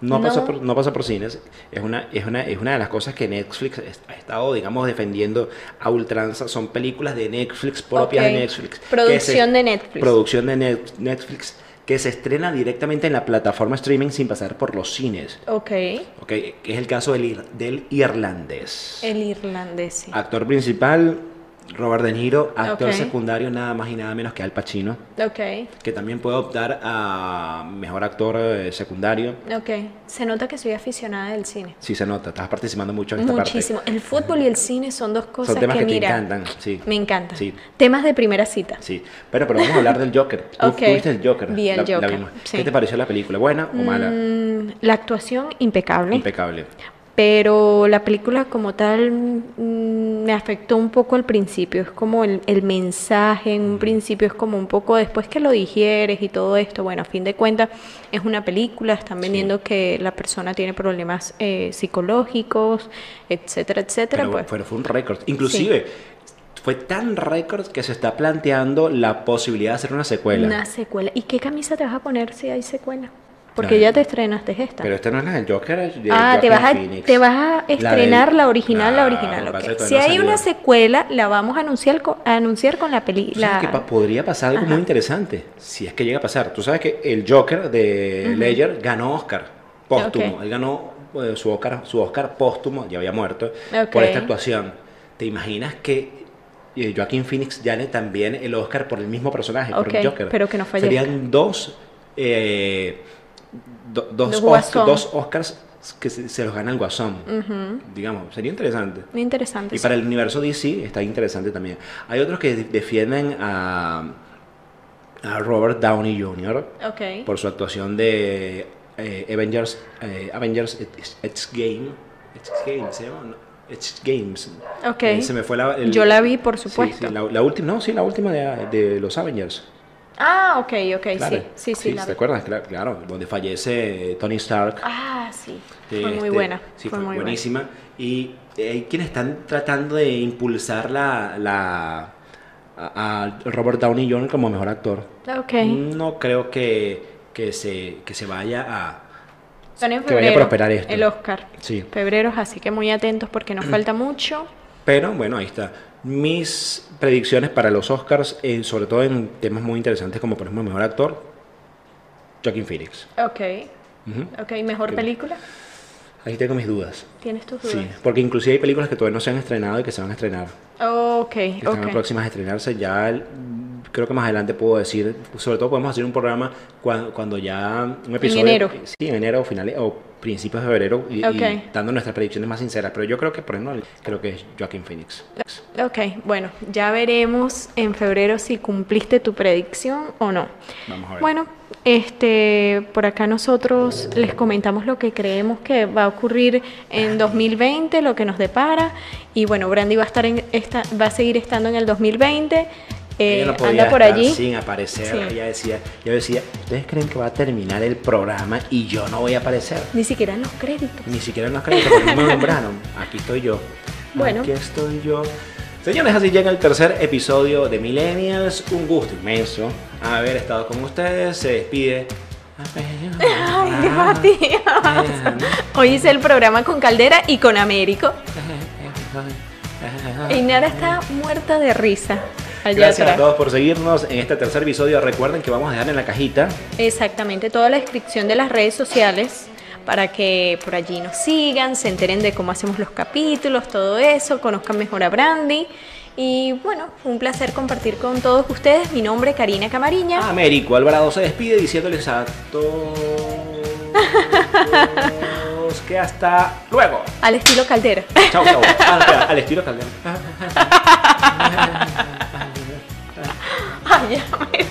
[SPEAKER 1] No,
[SPEAKER 2] No.
[SPEAKER 1] Pasó por, no pasó por cines. Es una, es, una, es una de las cosas que Netflix es- ha estado, digamos, defendiendo a ultranza. Son películas de Netflix, propias
[SPEAKER 2] Ok.
[SPEAKER 1] de Netflix. que se-
[SPEAKER 2] Producción de Netflix.
[SPEAKER 1] Producción de Net- Netflix que se estrena directamente en la plataforma streaming sin pasar por los cines.
[SPEAKER 2] Ok.
[SPEAKER 1] Ok, que es el caso del, ir- del irlandés.
[SPEAKER 2] El irlandés. sí.
[SPEAKER 1] Actor principal, Robert De Niro. Actor
[SPEAKER 2] Ok.
[SPEAKER 1] secundario, nada más y nada menos que Al Pacino,
[SPEAKER 2] Ok.
[SPEAKER 1] que también puede optar a mejor actor eh, secundario.
[SPEAKER 2] Ok, se nota que soy aficionada del cine.
[SPEAKER 1] Sí, se nota, estás participando mucho en esta
[SPEAKER 2] Muchísimo. El fútbol y el cine son dos
[SPEAKER 1] parte.
[SPEAKER 2] cosas
[SPEAKER 1] Son temas que, te
[SPEAKER 2] mira,
[SPEAKER 1] encantan, sí.
[SPEAKER 2] me encantan.
[SPEAKER 1] Sí.
[SPEAKER 2] Temas de primera cita.
[SPEAKER 1] Sí, bueno, pero vamos a hablar del Joker. ¿Tú,
[SPEAKER 2] Ok.
[SPEAKER 1] tú viste el Joker?
[SPEAKER 2] Vi el
[SPEAKER 1] La- la
[SPEAKER 2] Joker,
[SPEAKER 1] vimos.
[SPEAKER 2] sí.
[SPEAKER 1] ¿Qué te pareció la película? ¿Buena o mala?
[SPEAKER 2] Mm, la actuación impecable,
[SPEAKER 1] Impecable.
[SPEAKER 2] pero la película como tal mm, me afectó un poco al principio. Es como el, el mensaje en
[SPEAKER 1] Mm.
[SPEAKER 2] un principio, es como un poco después que lo digieres y todo esto. Bueno, a fin de cuentas es una película, están vendiendo que la persona tiene problemas eh, psicológicos, etcétera, etcétera.
[SPEAKER 1] Pero,
[SPEAKER 2] pues.
[SPEAKER 1] pero fue un récord. Inclusive, fue tan récord que se está planteando la posibilidad de hacer una secuela.
[SPEAKER 2] Una secuela. ¿Y qué camisa te vas a poner si hay secuela? Porque
[SPEAKER 1] Claro.
[SPEAKER 2] ya te estrenaste esta.
[SPEAKER 1] Pero esta no es la del Joker. es de
[SPEAKER 2] ah, te
[SPEAKER 1] Joaquin
[SPEAKER 2] vas, a,
[SPEAKER 1] Phoenix.
[SPEAKER 2] te vas a
[SPEAKER 1] del-
[SPEAKER 2] estrenar la, original, la
[SPEAKER 1] Claro,
[SPEAKER 2] original. ok.
[SPEAKER 1] pasa que
[SPEAKER 2] Si
[SPEAKER 1] todavía no
[SPEAKER 2] hay
[SPEAKER 1] salió.
[SPEAKER 2] una secuela, la vamos a anunciar con, a anunciar con la
[SPEAKER 1] Tú sabes
[SPEAKER 2] película.
[SPEAKER 1] que pa- podría pasar algo muy interesante, si es que llega a pasar. Tú sabes que el Joker de Ledger ganó Oscar póstumo.
[SPEAKER 2] Ok.
[SPEAKER 1] Él ganó eh, su, Oscar, su Oscar póstumo, ya había muerto,
[SPEAKER 2] Ok.
[SPEAKER 1] por esta actuación. ¿Te imaginas que eh, Joaquín Phoenix gane también el Oscar por el mismo personaje, por el
[SPEAKER 2] Ok,
[SPEAKER 1] Joker?
[SPEAKER 2] pero que no fallezca.
[SPEAKER 1] Serían dos, eh, do- dos,
[SPEAKER 2] Dos
[SPEAKER 1] Osc-
[SPEAKER 2] Guasón.
[SPEAKER 1] dos Oscars que se, se los gana el Guasón. Digamos, sería interesante.
[SPEAKER 2] Muy interesante.
[SPEAKER 1] Y
[SPEAKER 2] sí.
[SPEAKER 1] para el universo DC está interesante también. Hay otros que de- defienden a, a Robert Downey Jr.
[SPEAKER 2] Ok.
[SPEAKER 1] por su actuación de eh, Avengers, eh, Avengers It's, It's Game. It's Game, ¿se llama? No, It's Games.
[SPEAKER 2] Ok.
[SPEAKER 1] Eh, se me fue la, el-
[SPEAKER 2] Yo la vi, por
[SPEAKER 1] Sí, sí,
[SPEAKER 2] supuesto.
[SPEAKER 1] la, la última, no, sí, la última de, de los Avengers.
[SPEAKER 2] Ah, ok, ok,
[SPEAKER 1] Claro.
[SPEAKER 2] sí, sí, sí, la
[SPEAKER 1] ¿Te
[SPEAKER 2] vi.
[SPEAKER 1] acuerdas? Claro, claro, donde fallece Tony Stark.
[SPEAKER 2] Ah, sí,
[SPEAKER 1] que,
[SPEAKER 2] fue muy
[SPEAKER 1] este,
[SPEAKER 2] buena,
[SPEAKER 1] Sí,
[SPEAKER 2] fue
[SPEAKER 1] fue,
[SPEAKER 2] muy buena.
[SPEAKER 1] buenísima. Y eh, hay quienes están tratando de impulsar la, la- a, a Robert Downey Jr. como mejor actor. Mm,
[SPEAKER 2] Ok,
[SPEAKER 1] No creo que, que se, que se vaya a...
[SPEAKER 2] son en
[SPEAKER 1] que vaya a
[SPEAKER 2] febrero,
[SPEAKER 1] prosperar esto.
[SPEAKER 2] el Oscar,
[SPEAKER 1] Sí.
[SPEAKER 2] febreros, así que muy atentos porque nos falta mucho.
[SPEAKER 1] Pero bueno, ahí está. Mis predicciones para los Oscars, eh, sobre todo en temas muy interesantes como por ejemplo mejor actor, Joaquin Phoenix.
[SPEAKER 2] Ok,
[SPEAKER 1] Ujú.
[SPEAKER 2] ok, ¿mejor
[SPEAKER 1] Ok.
[SPEAKER 2] película?
[SPEAKER 1] Ahí tengo mis dudas.
[SPEAKER 2] ¿Tienes tus
[SPEAKER 1] Sí,
[SPEAKER 2] dudas?
[SPEAKER 1] porque inclusive hay películas que todavía no se han estrenado y que se van a estrenar.
[SPEAKER 2] Ok,
[SPEAKER 1] que están
[SPEAKER 2] ok,
[SPEAKER 1] próximas a estrenarse. Ya el- creo que más adelante puedo decir, sobre todo podemos hacer un programa cuando, cuando ya un episodio. eh,
[SPEAKER 2] enero.
[SPEAKER 1] Sí, en enero o finales o principios de febrero y, y
[SPEAKER 2] Ok.
[SPEAKER 1] dando nuestras predicciones más sinceras. Pero yo creo que por ejemplo creo que es Joaquin Phoenix.
[SPEAKER 2] ok, bueno, ya veremos en febrero si cumpliste tu predicción o no.
[SPEAKER 1] Vamos a ver.
[SPEAKER 2] Bueno, este, por acá nosotros les comentamos lo que creemos que va a ocurrir en 2020, lo que nos depara. Y bueno, Brandy va a estar en esta, va a seguir estando en el 2020. Eh,
[SPEAKER 1] Ella no podía
[SPEAKER 2] anda por
[SPEAKER 1] estar
[SPEAKER 2] allí.
[SPEAKER 1] sin aparecer.
[SPEAKER 2] Sí.
[SPEAKER 1] Ella decía, yo decía, ustedes creen que va a terminar el programa y yo no voy a aparecer.
[SPEAKER 2] Ni siquiera en los créditos.
[SPEAKER 1] Ni siquiera en los créditos, porque no me nombraron. Aquí estoy yo.
[SPEAKER 2] Bueno.
[SPEAKER 1] Aquí estoy yo. Señores, así llega el tercer episodio de Millennials. Un gusto inmenso haber estado con ustedes. Se despide. Ah,
[SPEAKER 2] Ay, Matías. Hoy hice el programa con Caldera y con Américo. Y Nara está muerta de risa. Allá
[SPEAKER 1] Gracias a
[SPEAKER 2] atrás.
[SPEAKER 1] todos por seguirnos en este tercer episodio. Recuerden que vamos a dejar en la cajita
[SPEAKER 2] Exactamente, toda la descripción de las redes sociales para que por allí nos sigan, se enteren de cómo hacemos los capítulos, todo eso, conozcan mejor a Brandy. Y bueno, fue un placer compartir con todos ustedes. Mi nombre es Karina Camariña.
[SPEAKER 1] Ah. Américo Alvarado se despide diciéndoles a todos que hasta luego.
[SPEAKER 2] Al estilo caldera.
[SPEAKER 1] Chao, chao. Ah, no, espera, al estilo Calderón.
[SPEAKER 2] Ay, ya me-